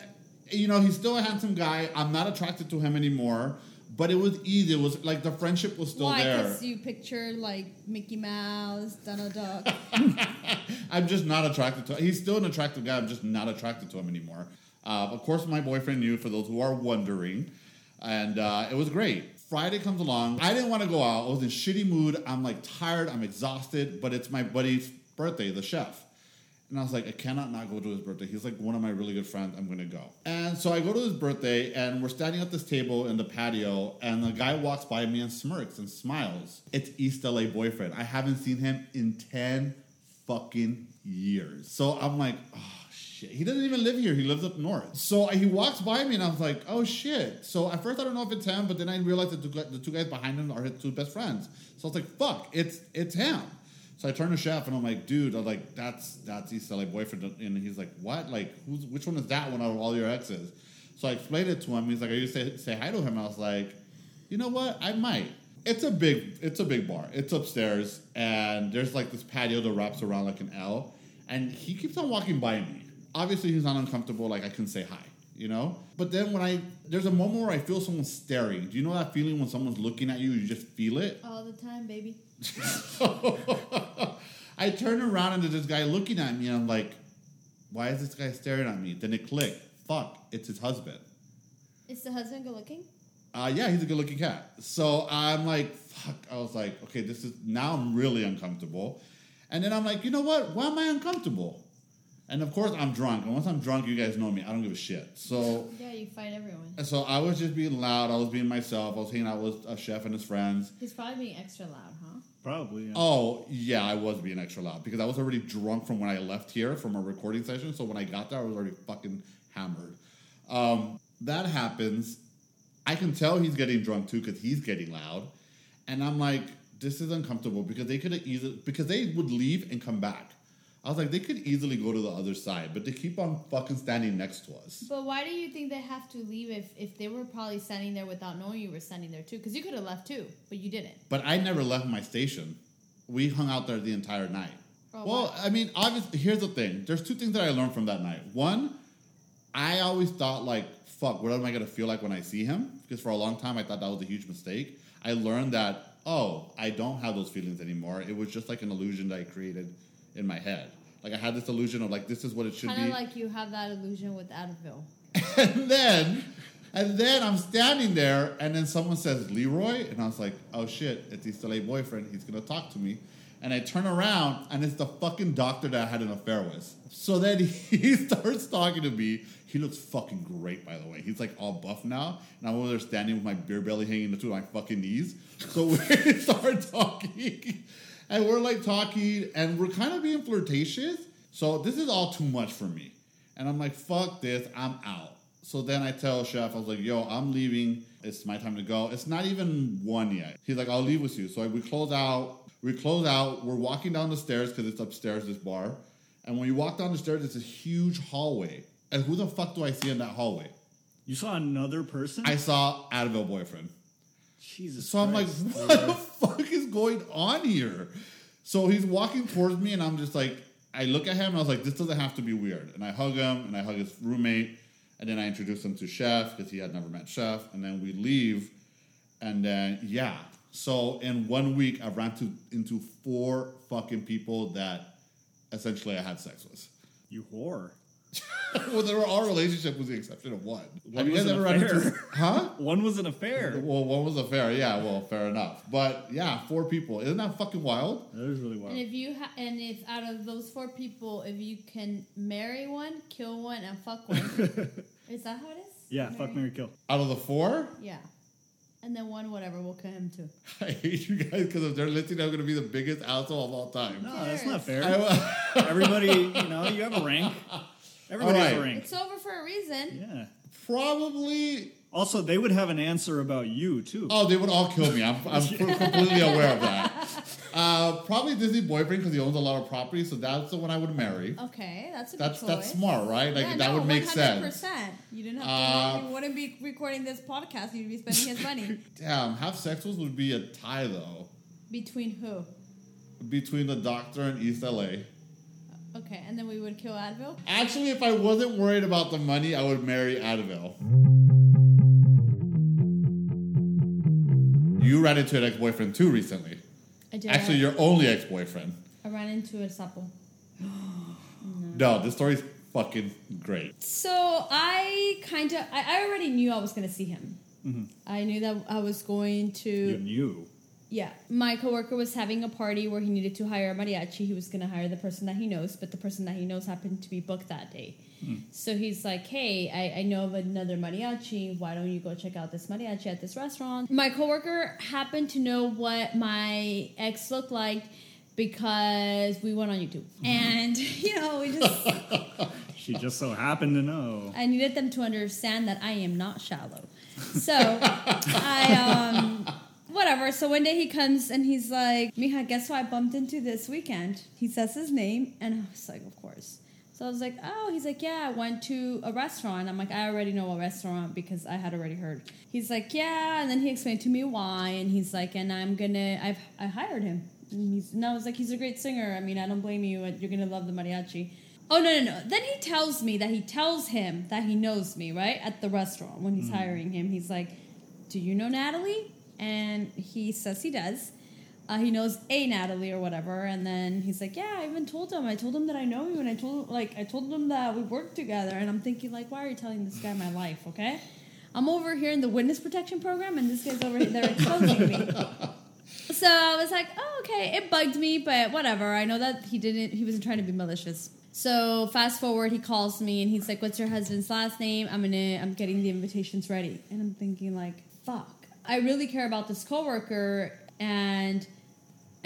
Speaker 3: you know he's still a handsome guy. I'm not attracted to him anymore, but it was easy. It was like the friendship was still
Speaker 4: Why?
Speaker 3: there.
Speaker 4: Because you picture like Mickey Mouse, Donald Duck.
Speaker 3: I'm just not attracted to. He's still an attractive guy. I'm just not attracted to him anymore. Uh, of course, my boyfriend knew. For those who are wondering, and uh, it was great. Friday comes along. I didn't want to go out. I was in shitty mood. I'm like tired. I'm exhausted. But it's my buddy's birthday, the chef. And I was like, I cannot not go to his birthday. He's like one of my really good friends. I'm gonna go. And so I go to his birthday, and we're standing at this table in the patio, and the guy walks by me and smirks and smiles. It's East LA boyfriend. I haven't seen him in ten fucking years. So I'm like, oh shit. He doesn't even live here. He lives up north. So he walks by me, and I was like, oh shit. So at first I don't know if it's him, but then I realized that the gu- the two guys behind him are his two best friends. So I was like, fuck, it's it's him. So I turned to Chef and I'm like, dude, I'm like, that's that's East LA boyfriend, and he's like, what? Like, who's which one is that one out of all your exes? So I explained it to him. He's like, are you say say hi to him? I was like, you know what? I might. It's a big it's a big bar. It's upstairs, and there's like this patio that wraps around like an L, and he keeps on walking by me. Obviously, he's not uncomfortable. Like I can say hi, you know. But then when I there's a moment where I feel someone staring. Do you know that feeling when someone's looking at you? You just feel it.
Speaker 4: All the time, baby.
Speaker 3: I turn around and there's this guy looking at me, and I'm like, why is this guy staring at me? Then it clicked. Fuck, it's his husband.
Speaker 4: Is the husband good looking?
Speaker 3: uh, yeah, he's a good looking cat. So I'm like, fuck. I was like, okay, this is now I'm really uncomfortable. And then I'm like, you know what? Why am I uncomfortable? And of course, I'm drunk. And once I'm drunk, you guys know me. I don't give a shit. So
Speaker 1: Yeah, you fight everyone.
Speaker 3: and so I was just being loud. I was being myself. I was hanging out with a chef and his friends.
Speaker 1: He's probably being extra loud, huh?
Speaker 2: Probably. Yeah.
Speaker 3: Oh yeah, I was being extra loud because I was already drunk from when I left here from a recording session. So when I got there, I was already fucking hammered. Um, that happens. I can tell he's getting drunk too because he's getting loud, and I'm like, this is uncomfortable because they could have easily because they would leave and come back. I was like, they could easily go to the other side, but they keep on fucking standing next to us.
Speaker 1: But why do you think they have to leave if, if they were probably standing there without knowing you were standing there too? Because you could have left too, but you didn't.
Speaker 3: But I never left my station. We hung out there the entire night.
Speaker 1: Oh,
Speaker 3: well,
Speaker 1: wow.
Speaker 3: I mean, obviously, here's the thing. There's two things that I learned from that night. One, I always thought like, "Fuck, what am I gonna feel like when I see him?" Because for a long time, I thought that was a huge mistake. I learned that, oh, I don't have those feelings anymore. It was just like an illusion that I created in my head. Like I had this illusion of like, this is what it should
Speaker 1: Kind of
Speaker 3: be.
Speaker 1: like you have that illusion with Advil.
Speaker 3: and then, and then I'm standing there, and then someone says Leroy, and I was like, oh shit, it's his LA boyfriend. He's gonna talk to me. And I turn around, and it's the fucking doctor that I had an affair with. So then he starts talking to me. He looks fucking great, by the way. He's like all buff now, and I'm over there standing with my beer belly hanging to my fucking knees. So we start talking, and we're like talking, and we're kind of being flirtatious. So this is all too much for me. And I'm like, fuck this, I'm out. So then I tell Chef, I was like, yo, I'm leaving. It's my time to go. It's not even one yet. He's like, I'll leave with you. So we close out. We close out. We're walking down the stairs because it's upstairs, this bar. And when you walk down the stairs, it's a huge hallway. And who the fuck do I see in that hallway?
Speaker 2: You saw another person?
Speaker 3: I saw Advil boyfriend.
Speaker 2: Jesus.
Speaker 3: So I'm like,
Speaker 2: Christ.
Speaker 3: what the fuck is going on here? So he's walking towards me, and I'm just like, I look at him, and I was like, this doesn't have to be weird. And I hug him, and I hug his roommate, and then I introduce him to Chef because he had never met Chef, and then we leave, and then yeah. So in one week, I've ran to, into four fucking people that essentially I had sex with.
Speaker 2: You whore.
Speaker 3: well, they were all relationship with the exception of one.
Speaker 2: One was an affair.
Speaker 3: Huh?
Speaker 2: One was an affair.
Speaker 3: Well, one was a fair, yeah. Well, fair enough. But yeah, four people. Isn't that fucking wild?
Speaker 2: That is really wild.
Speaker 1: And if you ha- and if out of those four people, if you can marry one, kill one, and fuck one, is that how it is?
Speaker 2: yeah, fuck Mary Kill.
Speaker 3: Out of the four,
Speaker 1: Yeah, and then one, whatever, we'll kill him too.
Speaker 3: I hate you guys because if they're listening, I'm gonna be the biggest asshole of all time.
Speaker 2: No, that's not fair.
Speaker 3: I-
Speaker 2: Everybody, you know, you have a rank. Everybody has a
Speaker 3: Alright.
Speaker 2: rank.
Speaker 1: It's over for a reason.
Speaker 2: Yeah.
Speaker 3: probably.
Speaker 2: Also, they would have an answer about you too.
Speaker 3: Oh, they would all kill me. I'm, I'm completely aware of that. Uh, probably Disney boyfriend because he owns a lot of property, so that's the one I would marry.
Speaker 1: Okay, Oh, that's a
Speaker 3: That's
Speaker 1: good
Speaker 3: that's
Speaker 1: choice.
Speaker 3: smart, right? Like
Speaker 1: Yeah,
Speaker 3: that
Speaker 1: no,
Speaker 3: would make sense.
Speaker 1: 100%. You didn't have to.
Speaker 3: Uh,
Speaker 1: you wouldn't be recording this podcast. You'd be spending his money.
Speaker 3: Damn, have sex with would be a tie though
Speaker 1: Between who?
Speaker 3: between the doctor and East LA.
Speaker 1: Okay, and then we would kill Advil.
Speaker 3: Actually, if I wasn't worried about the money, I would marry Advil. You ran into an ex-boyfriend too recently.
Speaker 1: I did.
Speaker 3: Actually, your only ex-boyfriend.
Speaker 1: I ran into a supple.
Speaker 3: No, this story's fucking great.
Speaker 1: So I kind of, I, I already knew I was going to see him. I knew that I was going to.
Speaker 2: You knew.
Speaker 1: Yeah. My coworker was having a party where he needed to hire a mariachi. He was going to hire the person that he knows, but the person that he knows happened to be booked that day. So he's like, hey, I, I know of another mariachi. Why don't you go check out this mariachi at this restaurant? My coworker happened to know what my ex looked like because we went on YouTube. And, you know, we just,
Speaker 2: She just so happened to know.
Speaker 1: I needed them to understand that I am not shallow. So I um whatever. So one day he comes and he's like, Mija, guess who I bumped into this weekend? He says his name and I was like, Of course. So I was like, Oh, he's like, Yeah, I went to a restaurant. I'm like, I already know a restaurant because I had already heard. He's like, Yeah, and then he explained to me why and he's like, and I'm gonna I've I hired him. And, he's, and I was like, he's a great singer. I mean, I don't blame you. You're gonna love the mariachi. Oh no no no! Then he tells me that he tells him that he knows me right at the restaurant when he's hiring him. He's like, "Do you know Natalie?" And he says he does. Uh, he knows a Natalie or whatever. And then he's like, "Yeah, I even told him. I told him that I know you, and I told like I told him that we worked together." And I'm thinking like, "Why are you telling this guy my life? Okay." I'm over here in the witness protection program, and this guy's over here. They're exposing me. So I was like, oh, okay. It bugged me, but whatever. I know that he didn't. He wasn't trying to be malicious. So fast forward, he calls me and he's like, "What's your husband's last name?" I'm gonna. I'm getting the invitations ready, and I'm thinking like, "Fuck." I really care about this coworker, and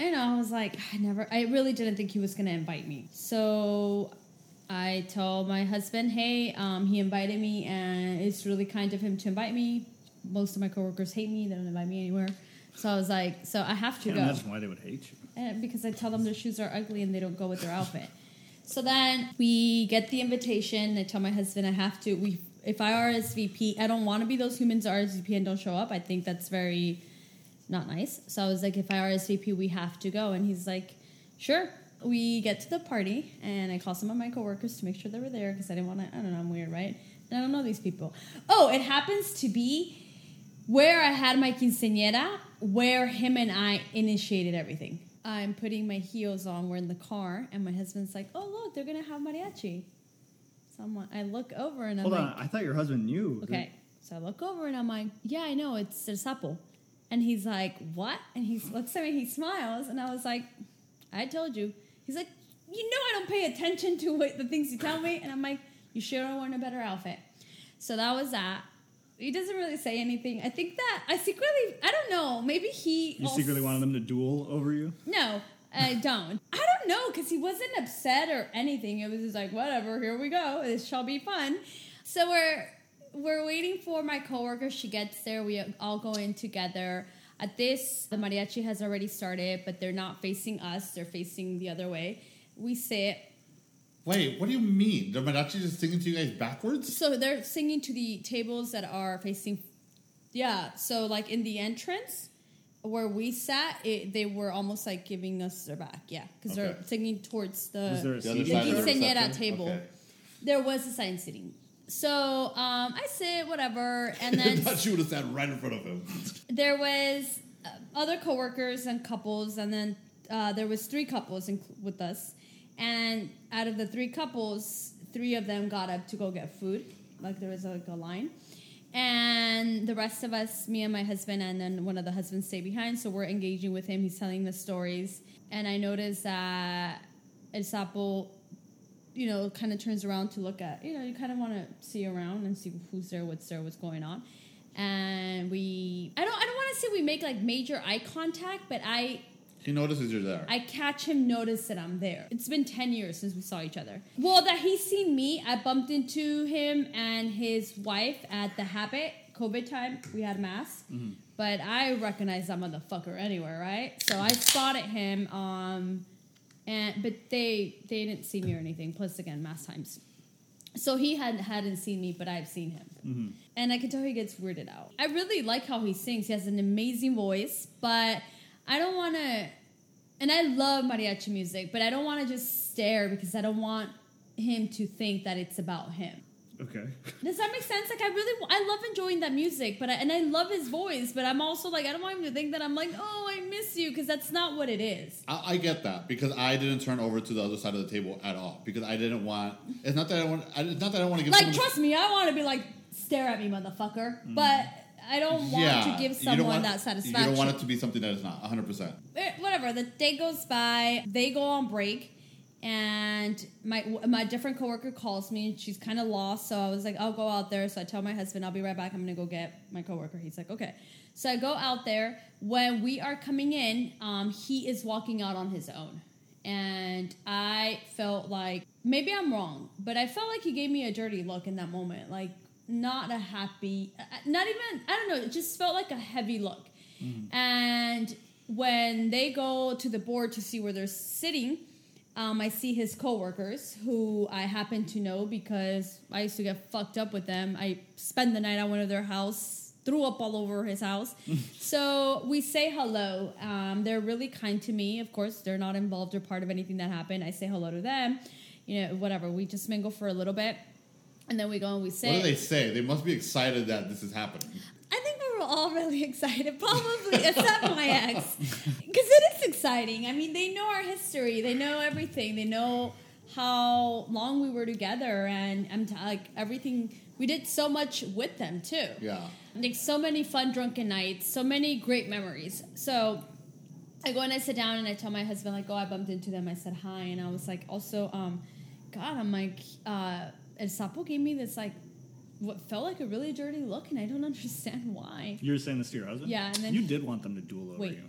Speaker 1: you know, I was like, I never, I really didn't think he was gonna invite me. So I told my husband, hey, um, he invited me, and it's really kind of him to invite me. Most of my coworkers hate me; they don't invite me anywhere. So I was like, so I have to
Speaker 2: Can't
Speaker 1: go
Speaker 2: imagine why they would hate you.
Speaker 1: and eh, because I tell them their shoes are ugly and they don't go with their outfit. So then we get the invitation. I tell my husband I have to. We if I RSVP, I don't want to be those humans that RSVP and don't show up. I think that's very not nice. So I was like, if I RSVP, we have to go. And he's like, sure. We get to the party, and I call some of my coworkers to make sure they were there because I didn't want to. I don't know. I'm weird, right? And I don't know these people. Oh, it happens to be where I had my quinceañera, where him and I initiated everything. I'm putting my heels on. We're in the car, and my husband's like, "Oh, look, they're gonna have mariachi." So I'm, like- I look over and I'm
Speaker 2: Hold
Speaker 1: like,
Speaker 2: on, I thought your husband knew.
Speaker 1: Okay. So I look over and I'm like, yeah, I know, it's there's apple. And he's like, what? And he looks at me, he smiles, and I was like, I told you. He's like, you know, I don't pay attention to what the things you tell me. And I'm like, you sure are wearing a better outfit. So that was that. He doesn't really say anything. I think that I secretly, I don't know, maybe he.
Speaker 2: You secretly wanted them to duel over you?
Speaker 1: No, I don't. I don't know because he wasn't upset or anything. It was just like, whatever, here we go. This shall be fun. So we're we're waiting for my coworker. She gets there. We all go in together. At this, the mariachi has already started, but they're not facing us. They're facing the other way. We sit.
Speaker 3: Wait, what do you mean? The mariachi just singing to you guys backwards?
Speaker 1: So they're singing to the tables that are facing. Yeah. So like in the entrance where we sat, it, they were almost like giving us their back. Yeah, because they're
Speaker 3: Okay.
Speaker 1: singing towards the.
Speaker 2: Is there a
Speaker 3: The other
Speaker 2: seat?
Speaker 3: side of the
Speaker 1: quinceañera
Speaker 3: reception?
Speaker 1: table.
Speaker 3: Okay.
Speaker 1: there was a sign sitting. So um, I sit, whatever, and
Speaker 3: I
Speaker 1: then
Speaker 3: thought she would have sat right in front of him.
Speaker 1: there was uh, other coworkers and couples, and then uh, there was three couples in, with us. And out of the three couples, three of them got up to go get food. Like there was like a line, and the rest of us, me and my husband, and then one of the husbands stay behind. So we're engaging with him. He's telling the stories, and I noticed that El Sapo you know, kind of turns around to look at, you know, you kind of want to see around and see who's there, what's there, what's going on. And we, I don't, I don't want to say we make like major eye contact, but I,
Speaker 3: He notices you're there.
Speaker 1: I catch him notice that I'm there. It's been 10 years since we saw each other. Well, that he's seen me, I bumped into him and his wife at the Habit COVID time. We had masks, but I recognize that motherfucker anywhere, right? So I spotted him. Um, and but they they didn't see me or anything. Plus, again, mass times. So he hadn't hadn't seen me, but I've seen him, and I can tell he gets weirded out. I really like how he sings. He has an amazing voice, but I don't want to. And I love mariachi music, but I don't want to just stare because I don't want him to think that it's about him.
Speaker 2: Okay.
Speaker 1: Does that make sense? Like I really, I love enjoying that music, but I, and I love his voice, but I'm also like I don't want him to think that I'm like, oh, I miss you, because that's not what it is.
Speaker 3: I, I get that because I didn't turn over to the other side of the table at all because I didn't want. It's not that I want. I, it's not that I want to give.
Speaker 1: Like,
Speaker 3: someone-
Speaker 1: trust me, I want to be like, stare at me, motherfucker. But I don't want
Speaker 3: Mm. Yeah,
Speaker 1: to give
Speaker 3: you don't
Speaker 1: someone
Speaker 3: want-
Speaker 1: that satisfaction.
Speaker 3: You don't want it to be something that is not 100. percent
Speaker 1: Eh, Whatever. The day goes by. They go on break, and my my different coworker calls me. and She's kind of lost, so I was like, I'll go out there. So I tell my husband, I'll be right back. I'm gonna go get my coworker. He's like, okay. So I go out there. When we are coming in, um, he is walking out on his own and I felt like maybe I'm wrong, but I felt like he gave me a dirty look in that moment, like not a happy, uh, not even I don't know, it just felt like a heavy look. And when they go to the board to see where they're sitting, um, I see his coworkers who I happen to know because I used to get fucked up with them. I spent the night at one of their house, threw up all over his house. so we say hello. Um, they're really kind to me. Of course, they're not involved or part of anything that happened. I say hello to them. You know, whatever. We just mingle for a little bit, and then we go and we say.
Speaker 3: What do they say? They must be excited that this is happening.
Speaker 1: I think we were all really excited, probably except my ex, because it is exciting. I mean, they know our history, they know everything, they know how long we were together, and I'm t- like everything we did so much with them too.
Speaker 3: Yeah.
Speaker 1: Like so many fun drunken nights, so many great memories. So I go and I sit down and I tell my husband, like, oh, I bumped into them. I said hi. And I was like, also, um, God, I'm like, uh, El Sapo gave me this, like, what felt like a really dirty look, and I don't understand why.
Speaker 2: You were saying this to your husband?
Speaker 1: Yeah, and then-
Speaker 2: you did want them to duel over
Speaker 1: Wait.
Speaker 2: you.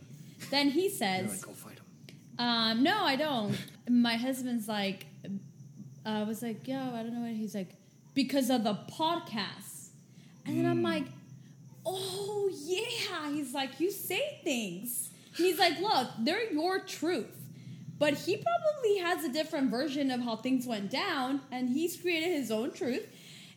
Speaker 1: Then he
Speaker 2: You're
Speaker 1: says,
Speaker 2: like, go fight them.
Speaker 1: Um, no, I don't. My husband's like, uh, I was like, yo, I don't know what he's like, because of the podcast. And then
Speaker 2: Hmm.
Speaker 1: I'm like, oh yeah. He's like, you say things. He's like, look, they're your truth. But he probably has a different version of how things went down, and he's created his own truth.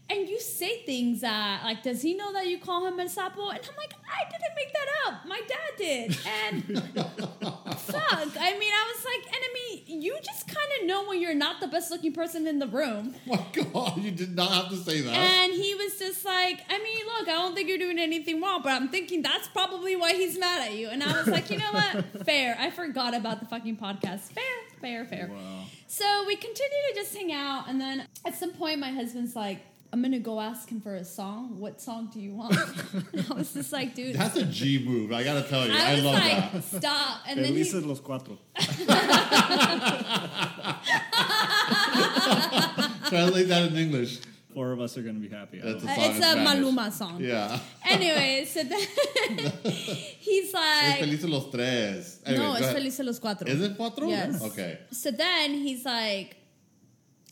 Speaker 1: And you say things that, like, does he know that you call him El Sapo? And I'm like, I didn't make that up. My dad did. And fuck. I mean, I was like, and I mean, you just kind of know when you're not the best looking person in the room.
Speaker 3: My God, you did not have to say that.
Speaker 1: And he was just like, I mean, look, I don't think you're doing anything wrong, but I'm thinking that's probably why he's mad at you. And I was like, you know what? Fair. I forgot about the fucking podcast. Fair, fair, fair.
Speaker 3: wow.
Speaker 1: So we continue to just hang out, and then at some point, my husband's like, I'm gonna go ask him for a song. What song do you want? and I was just like, dude.
Speaker 3: That's a G move, I gotta tell you. I,
Speaker 1: I was
Speaker 3: love
Speaker 1: like,
Speaker 3: that.
Speaker 1: stop. And then he,
Speaker 2: Felices los cuatro.
Speaker 3: Translate that in English.
Speaker 2: Four of us are going to be happy. I
Speaker 3: That's
Speaker 2: hope.
Speaker 1: Uh,
Speaker 3: song
Speaker 1: it's
Speaker 3: in
Speaker 1: a
Speaker 3: Spanish.
Speaker 1: Maluma song.
Speaker 3: Yeah.
Speaker 1: Anyway, so then he's
Speaker 3: It's
Speaker 1: like,
Speaker 3: Feliz los tres. Anyway,
Speaker 1: no,
Speaker 3: go
Speaker 1: it's
Speaker 3: ahead.
Speaker 1: Feliz a los Cuatro.
Speaker 3: Is it cuatro?
Speaker 1: Yes.
Speaker 3: Okay.
Speaker 1: So then he's like,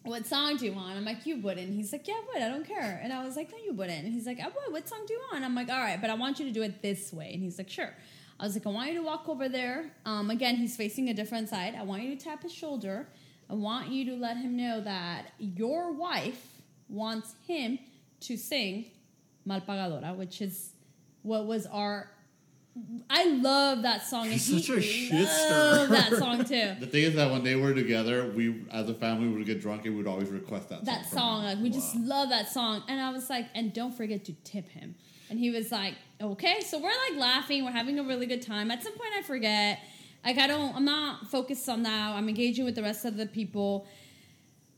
Speaker 1: what song do you want? I'm like, you wouldn't. He's like, yeah, I would. I don't care. And I was like, no, you wouldn't. And he's like, I would. What song do you want? I'm like, all right, but I want you to do it this way. And he's like, sure. I was like, I want you to walk over there. Um, again, he's facing a different side. I want you to tap his shoulder. I want you to let him know that your wife wants him to sing Malpagadora, which is what was our. I love that song. and
Speaker 2: Such
Speaker 1: he Oh,
Speaker 2: a shit
Speaker 1: loved
Speaker 2: stirrer.
Speaker 1: that song too.
Speaker 3: The thing is that when they were together, we as a family would get drunk and we'd always request that
Speaker 1: that
Speaker 3: from
Speaker 1: song.
Speaker 3: them.
Speaker 1: Like we just
Speaker 3: Wow.
Speaker 1: love that song. And I was like, and don't forget to tip him. And he was like, okay. So we're like laughing. We're having a really good time. At some point, I forget. Like I don't. I'm not focused on that. I'm engaging with the rest of the people.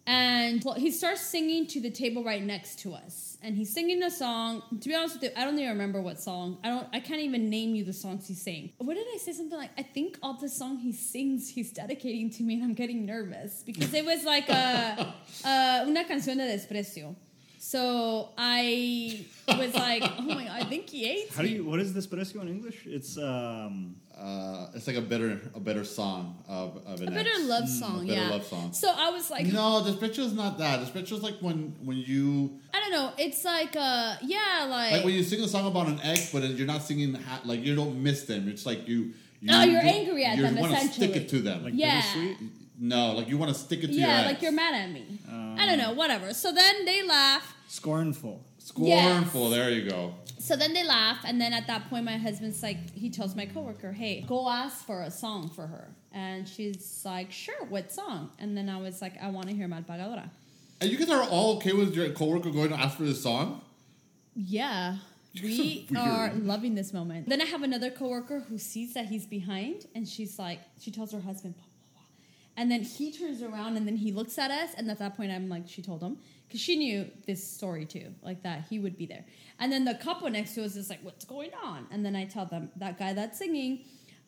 Speaker 1: And well, he starts singing to the table right next to us. And he's singing a song. To be honest with you, I don't even remember what song. I don't. I can't even name you the songs he's saying. What did I say? Something like, I think all the song he sings, he's dedicating to me, and I'm getting nervous because it was like a, a una canción de desprecio. So I was like, oh my god, I think he hates
Speaker 2: How
Speaker 1: me.
Speaker 2: do you, what is this Brescio in English? It's, um,
Speaker 3: Uh, it's like a better, a better song of, of an
Speaker 1: a better
Speaker 3: ex.
Speaker 1: love song,
Speaker 3: Mm, better
Speaker 1: yeah.
Speaker 3: love song.
Speaker 1: So I was like,
Speaker 3: No, despecho is not that. Despecho is like when when you
Speaker 1: I don't know. It's like, uh, yeah,
Speaker 3: like when you sing a song about an ex, but you're not singing ha- like you don't miss them. It's like you. you
Speaker 1: Oh, you're angry at
Speaker 3: you
Speaker 1: them,
Speaker 3: wanna stick
Speaker 1: essentially.
Speaker 3: it to them.
Speaker 2: like
Speaker 1: Yeah.
Speaker 2: bittersweet?
Speaker 3: no, like you want to stick it to
Speaker 1: yeah,
Speaker 3: your
Speaker 1: like
Speaker 3: ex.
Speaker 1: you're mad at me. I don't know, whatever. So then they laugh.
Speaker 2: Scornful.
Speaker 3: Scornful. There you go.
Speaker 1: So then they laugh, and then at that point, my husband's like, he tells my coworker, "Hey, go ask for a song for her," and she's like, "Sure, what song?" And then I was like, "I want to hear Malpagadora."
Speaker 3: And you guys are all okay with your coworker going to ask for this song?
Speaker 1: Yeah. We
Speaker 3: Weird.
Speaker 1: are loving this moment. Then I have another coworker who sees that he's behind, and she's like, she tells her husband, blah, blah, blah. and then he turns around and then he looks at us, and at that point, I'm like, she told him because she knew this story too, like that he would be there. And then the couple next to us is like, what's going on? And then I tell them that guy that's singing,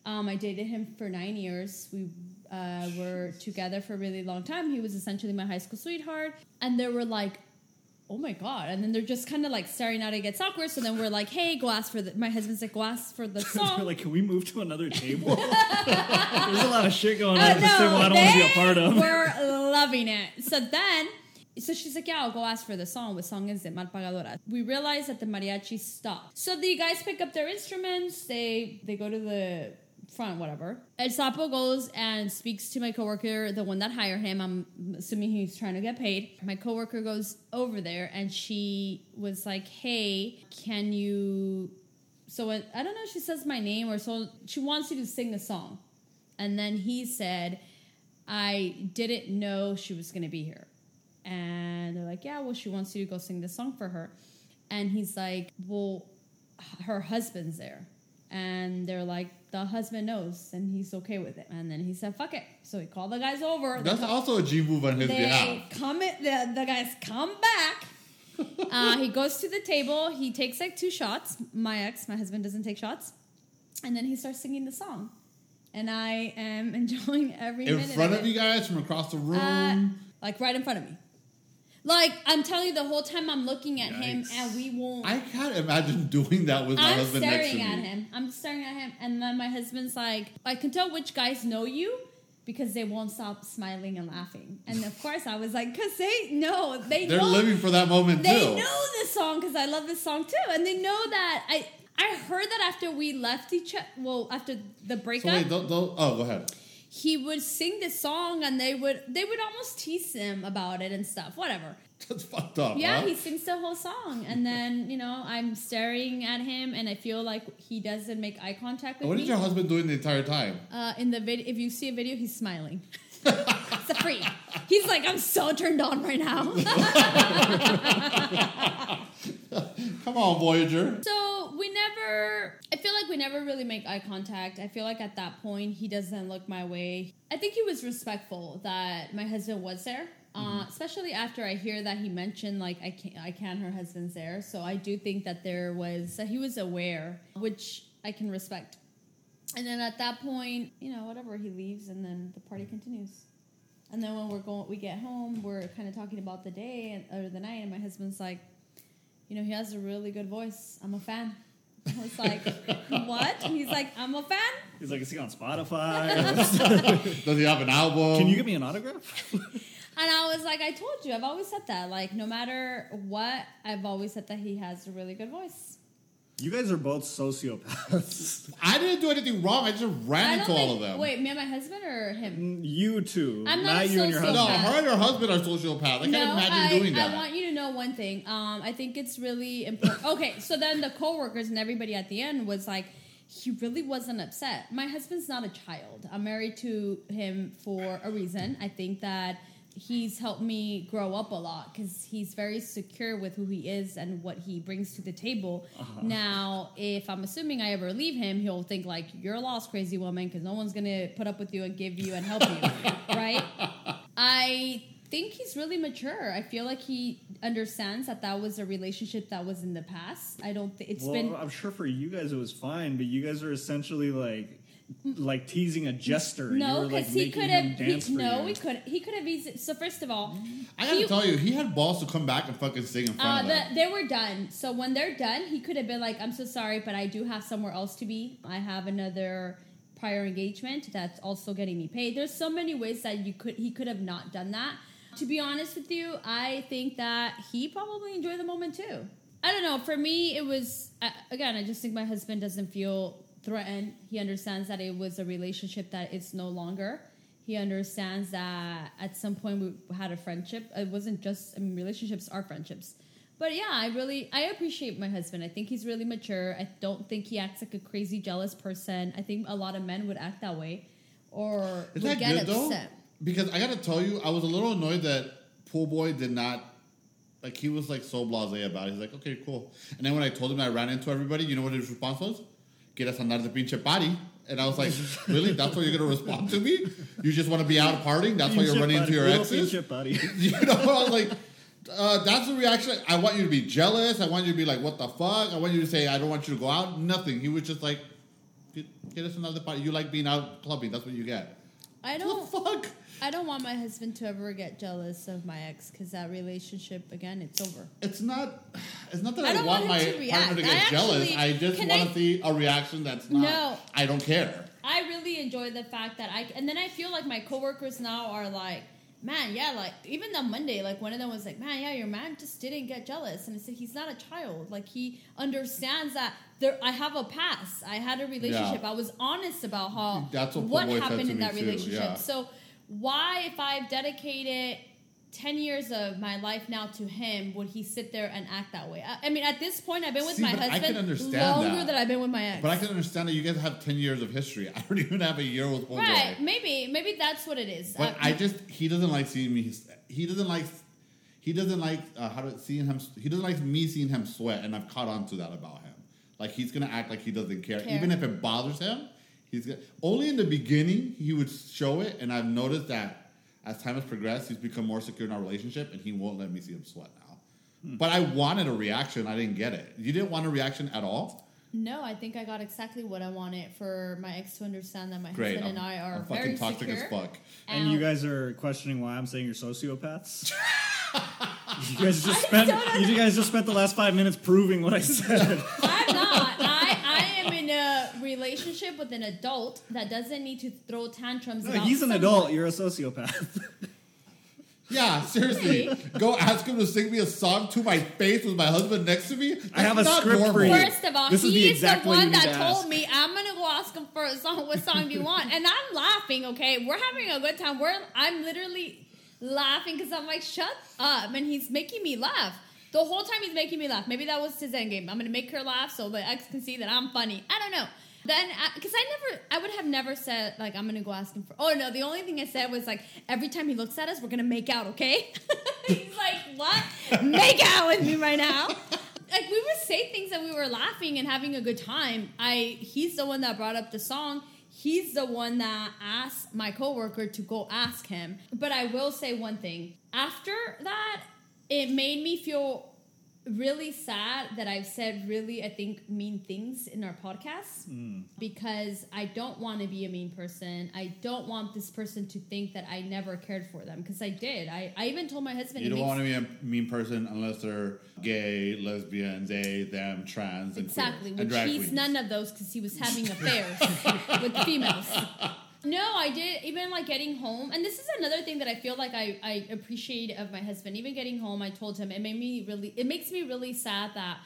Speaker 1: um, I dated him for nine years. We uh, were together for a really long time. He was essentially my high school sweetheart, and there were like oh my god and then they're just kind of like staring at it gets awkward so then we're like hey go ask for the my husband's like go ask for the
Speaker 2: They're
Speaker 1: song
Speaker 2: like, can we move to another table? There's a lot of shit going on
Speaker 1: Oh,
Speaker 2: at this table I don't want to be a part of.
Speaker 1: We're loving it. So then, so she's like, yeah, I'll go ask for the song. What song is it? Malpagadora. We realize that the mariachi stopped. So the guys pick up their instruments. They they go to the front, whatever. El Sapo goes and speaks to my coworker, the one that hired him. I'm assuming he's trying to get paid. My coworker goes over there and she was like, hey, can you... So I I don't know if she says my name or so. She wants you to sing a song. And then he said, I didn't know she was going to be here. And they're like, yeah, well, she wants you to go sing this song for her. And he's like, well, h- her husband's there. And they're like, the husband knows and he's okay with it. And then he said, fuck it. So he called the guys over. They
Speaker 3: That's
Speaker 1: co-
Speaker 3: also a G move on his
Speaker 1: They
Speaker 3: behalf.
Speaker 1: come, the, the guys come back. Uh, he goes to the table. He takes like two shots. My ex, my husband, doesn't take shots. And then he starts singing the song. And I am enjoying every
Speaker 3: in
Speaker 1: minute.
Speaker 3: front
Speaker 1: of,
Speaker 3: of
Speaker 1: it.
Speaker 3: you guys from across the room.
Speaker 1: Uh, like right in front of me. Like I'm telling you, the whole time I'm looking at him,
Speaker 2: Yikes.
Speaker 1: and we won't.
Speaker 3: I can't imagine doing that with my
Speaker 1: I'm
Speaker 3: husband next to
Speaker 1: staring
Speaker 3: me.
Speaker 1: at him. I'm staring at him, and then my husband's like, "I can tell which guys know you because they won't stop smiling and laughing." And of course, I was like, "Cause they know they
Speaker 3: They're
Speaker 1: know
Speaker 3: living for that moment
Speaker 1: they
Speaker 3: too.
Speaker 1: know this song because I love this song too, and they know that I." I heard that after we left each other, well, after the
Speaker 3: So
Speaker 1: breakup,
Speaker 3: wait, don't, don't, oh, go ahead.
Speaker 1: he would sing this song, and they would they would almost tease him about it and stuff. Whatever.
Speaker 3: That's fucked up.
Speaker 1: Yeah,
Speaker 3: huh?
Speaker 1: he sings the whole song, and then you know I'm staring at him, and I feel like he doesn't make eye contact with
Speaker 3: What
Speaker 1: me.
Speaker 3: is your husband doing the entire time?
Speaker 1: uh, in the video, if you see a video, he's smiling. it's a freak. He's like, I'm so turned on right now.
Speaker 3: Come on, Voyager.
Speaker 1: so we never. I feel like we never really make eye contact. I feel like at that point he doesn't look my way. I think he was respectful that my husband was there. Uh, especially after I hear that he mentioned like I can't, I can't. Her husband's there, so I do think that there was that he was aware, which I can respect. And then at that point, you know, whatever, he leaves and then the party continues. And then when we're going, we get home, we're kind of talking about the day and, or the night, and my husband's like, you know, he has a really good voice. I'm a fan. I was like, what? And he's like, I'm a fan.
Speaker 2: He's like, is he on Spotify?
Speaker 3: Does he have an album?
Speaker 2: Can you give me an autograph?
Speaker 1: And I was like, I told you, I've always said that. Like, no matter what, I've always said that he has a really good voice.
Speaker 2: you guys are both sociopaths.
Speaker 3: I didn't do anything wrong. I just
Speaker 1: I
Speaker 3: ran
Speaker 1: don't
Speaker 3: into all
Speaker 1: think-
Speaker 3: of them.
Speaker 1: Wait, me and my husband or him?
Speaker 2: You two,
Speaker 1: I'm not a
Speaker 2: you and your
Speaker 3: No,
Speaker 2: husband.
Speaker 1: sociopath.
Speaker 3: her and her husband are sociopaths. I can't imagine
Speaker 1: I,
Speaker 3: doing that.
Speaker 1: I want you to know one thing. Um, I think it's really important. okay, so then the coworkers and everybody at the end was like, he really wasn't upset. My husband's not a child. I'm married to him for a reason. I think that he's helped me grow up a lot because he's very secure with who he is and what he brings to the table.
Speaker 3: Uh-huh.
Speaker 1: Now, if I'm assuming I ever leave him, he'll think like you're a lost crazy woman because no one's gonna put up with you and give you and help you, right? I think he's really mature. I feel like he understands that that was a relationship that was in the past. I don't think it's
Speaker 2: well,
Speaker 1: been
Speaker 2: I'm sure for you guys it was fine, but you guys are essentially like, like teasing a jester. you
Speaker 1: no
Speaker 2: were, like,
Speaker 1: because he
Speaker 2: making
Speaker 1: could
Speaker 2: him
Speaker 1: have
Speaker 2: dance
Speaker 1: he,
Speaker 2: for
Speaker 1: no
Speaker 2: you.
Speaker 1: he could he could have easy, so first of all
Speaker 3: I gotta
Speaker 1: he-
Speaker 3: tell you, he had balls to come back and fucking sing in
Speaker 1: uh,
Speaker 3: front of them.
Speaker 1: the, they were done so when they're done he could have been like I'm so sorry but I do have somewhere else to be I have another prior engagement that's also getting me paid there's so many ways that you could he could have not done that to be honest with you I think that he probably enjoyed the moment too I don't know. For me, it was I- again. I just think my husband doesn't feel threatened. He understands that it was a relationship that it's no longer. He understands that at some point we had a friendship. It wasn't just I mean, relationships are friendships. But yeah, I really I appreciate my husband. I think he's really mature. I don't think he acts like a crazy jealous person. I think a lot of men would act that way, or
Speaker 3: Is
Speaker 1: would
Speaker 3: that
Speaker 1: get
Speaker 3: good though?
Speaker 1: upset.
Speaker 3: Because I gotta tell you, I was a little annoyed that Pool Boy did not. Like he was like so blasé about it. He's like, okay, cool. And then when I told him I ran into everybody, you know what his response was? Quieres andar de pinche party? And I was like, really? That's what you're gonna respond to me? You just want to be out partying? That's why you're
Speaker 2: Pinche
Speaker 3: running into
Speaker 2: buddy,
Speaker 3: your
Speaker 2: little
Speaker 3: exes?
Speaker 2: pinche buddy.
Speaker 3: You know, I was like, uh, that's the reaction. I want you to be jealous. I want you to be like, what the fuck? I want you to say, I don't want you to go out. Nothing. He was just like, get, get us another party. You like being out clubbing. That's what you get.
Speaker 1: I don't.
Speaker 3: What the fuck?
Speaker 1: I don't want my husband to ever get jealous of my ex because that relationship again, it's over.
Speaker 3: It's not. It's not that
Speaker 1: I
Speaker 3: I,
Speaker 1: don't
Speaker 3: want,
Speaker 1: want
Speaker 3: my
Speaker 1: him to react.
Speaker 3: partner to
Speaker 1: I
Speaker 3: get jealous.
Speaker 1: actually-
Speaker 3: I just
Speaker 1: can
Speaker 3: want
Speaker 1: I-
Speaker 3: to see a reaction that's not.
Speaker 1: No.
Speaker 3: I don't care.
Speaker 1: I really enjoy the fact that I and then I feel like my coworkers now are like, man, yeah, like even on Monday, like one of them was like, man, yeah, your man just didn't get jealous, and I said he's not a child, like he understands that there. I have a past, I had a relationship,
Speaker 3: Yeah.
Speaker 1: I was honest about how
Speaker 3: That's what
Speaker 1: what
Speaker 3: Playboy said
Speaker 1: happened
Speaker 3: to
Speaker 1: in
Speaker 3: me
Speaker 1: that
Speaker 3: too,
Speaker 1: relationship.
Speaker 3: yeah.
Speaker 1: So why, if I've dedicated. 10 years of my life now to him would he sit there and act that way i, I mean at this point i've been with
Speaker 3: See,
Speaker 1: my
Speaker 3: but I can
Speaker 1: husband
Speaker 3: understand
Speaker 1: longer
Speaker 3: that.
Speaker 1: than i've been with my ex
Speaker 3: But I can understand that you guys have ten years of history. I don't even have a year with one
Speaker 1: Right,
Speaker 3: guy.
Speaker 1: maybe, maybe that's what it is.
Speaker 3: But
Speaker 1: Uh,
Speaker 3: I just he doesn't like seeing me. He doesn't like. He doesn't like uh, how to seeing him. He doesn't like me seeing him sweat, and I've caught on to that about him. Like he's gonna act like he doesn't care,
Speaker 1: Care.
Speaker 3: even if it bothers him. He's gonna, only in the beginning he would show it, and I've noticed that as time has progressed, he's become more secure in our relationship, and he won't let me see him sweat now. But I wanted a reaction. I didn't get it. You didn't want a reaction at all.
Speaker 1: No, I think I got exactly what I wanted for my ex to understand that my
Speaker 3: Great.
Speaker 1: husband
Speaker 3: I'm,
Speaker 1: and I are
Speaker 3: I'm
Speaker 1: very
Speaker 3: fucking toxic
Speaker 1: secure.
Speaker 3: as fuck.
Speaker 2: And you guys are questioning why I'm saying you're sociopaths. you guys just
Speaker 1: I
Speaker 2: spent.
Speaker 1: don't
Speaker 2: You guys just spent the last five minutes proving what I said.
Speaker 1: I'm not. I, I am in a relationship with an adult that doesn't need to throw tantrums.
Speaker 2: No,
Speaker 1: about
Speaker 2: he's an
Speaker 1: someone.
Speaker 2: adult. You're a sociopath.
Speaker 3: Yeah, seriously. Go ask him to sing me a song to my face with my husband next to me.
Speaker 2: I have
Speaker 3: That's
Speaker 2: a
Speaker 3: not
Speaker 2: script for
Speaker 3: normal.
Speaker 2: you.
Speaker 1: First of all,
Speaker 2: This is the
Speaker 1: he's the,
Speaker 2: exact one you
Speaker 1: one
Speaker 2: need
Speaker 1: that
Speaker 2: to
Speaker 1: told
Speaker 2: ask.
Speaker 1: me I'm gonna go ask him for a song. What song do you want? And I'm laughing. Okay, we're having a good time. We're I'm literally laughing because I'm like, shut up, and he's making me laugh. The whole time he's making me laugh. Maybe that was his end game. I'm gonna make her laugh so the ex can see that I'm funny. I don't know. Then, because I never, I would have never said like I'm gonna go ask him for. Oh no, the only thing I said was like every time he looks at us, we're gonna make out, okay? he's like, what? Make out with me right now? like we would say things that we were laughing and having a good time. I he's the one that brought up the song. He's the one that asked my coworker to go ask him. But I will say one thing. After that, it made me feel really sad that I've said really I think mean things in our podcast
Speaker 3: Mm.
Speaker 1: because I don't want to be a mean person. I don't want this person to think that I never cared for them because I did. I, I even told my husband
Speaker 3: You
Speaker 1: it makes-
Speaker 3: don't want to be a mean person unless they're gay, lesbian, they, them, trans, and queer,
Speaker 1: Exactly,
Speaker 3: and
Speaker 1: which
Speaker 3: drag
Speaker 1: he's
Speaker 3: queens.
Speaker 1: none of those because he was having affairs with females. No, I did even like getting home, and this is another thing that I feel like I, I appreciate of my husband. Even getting home, I told him it made me really. It makes me really sad that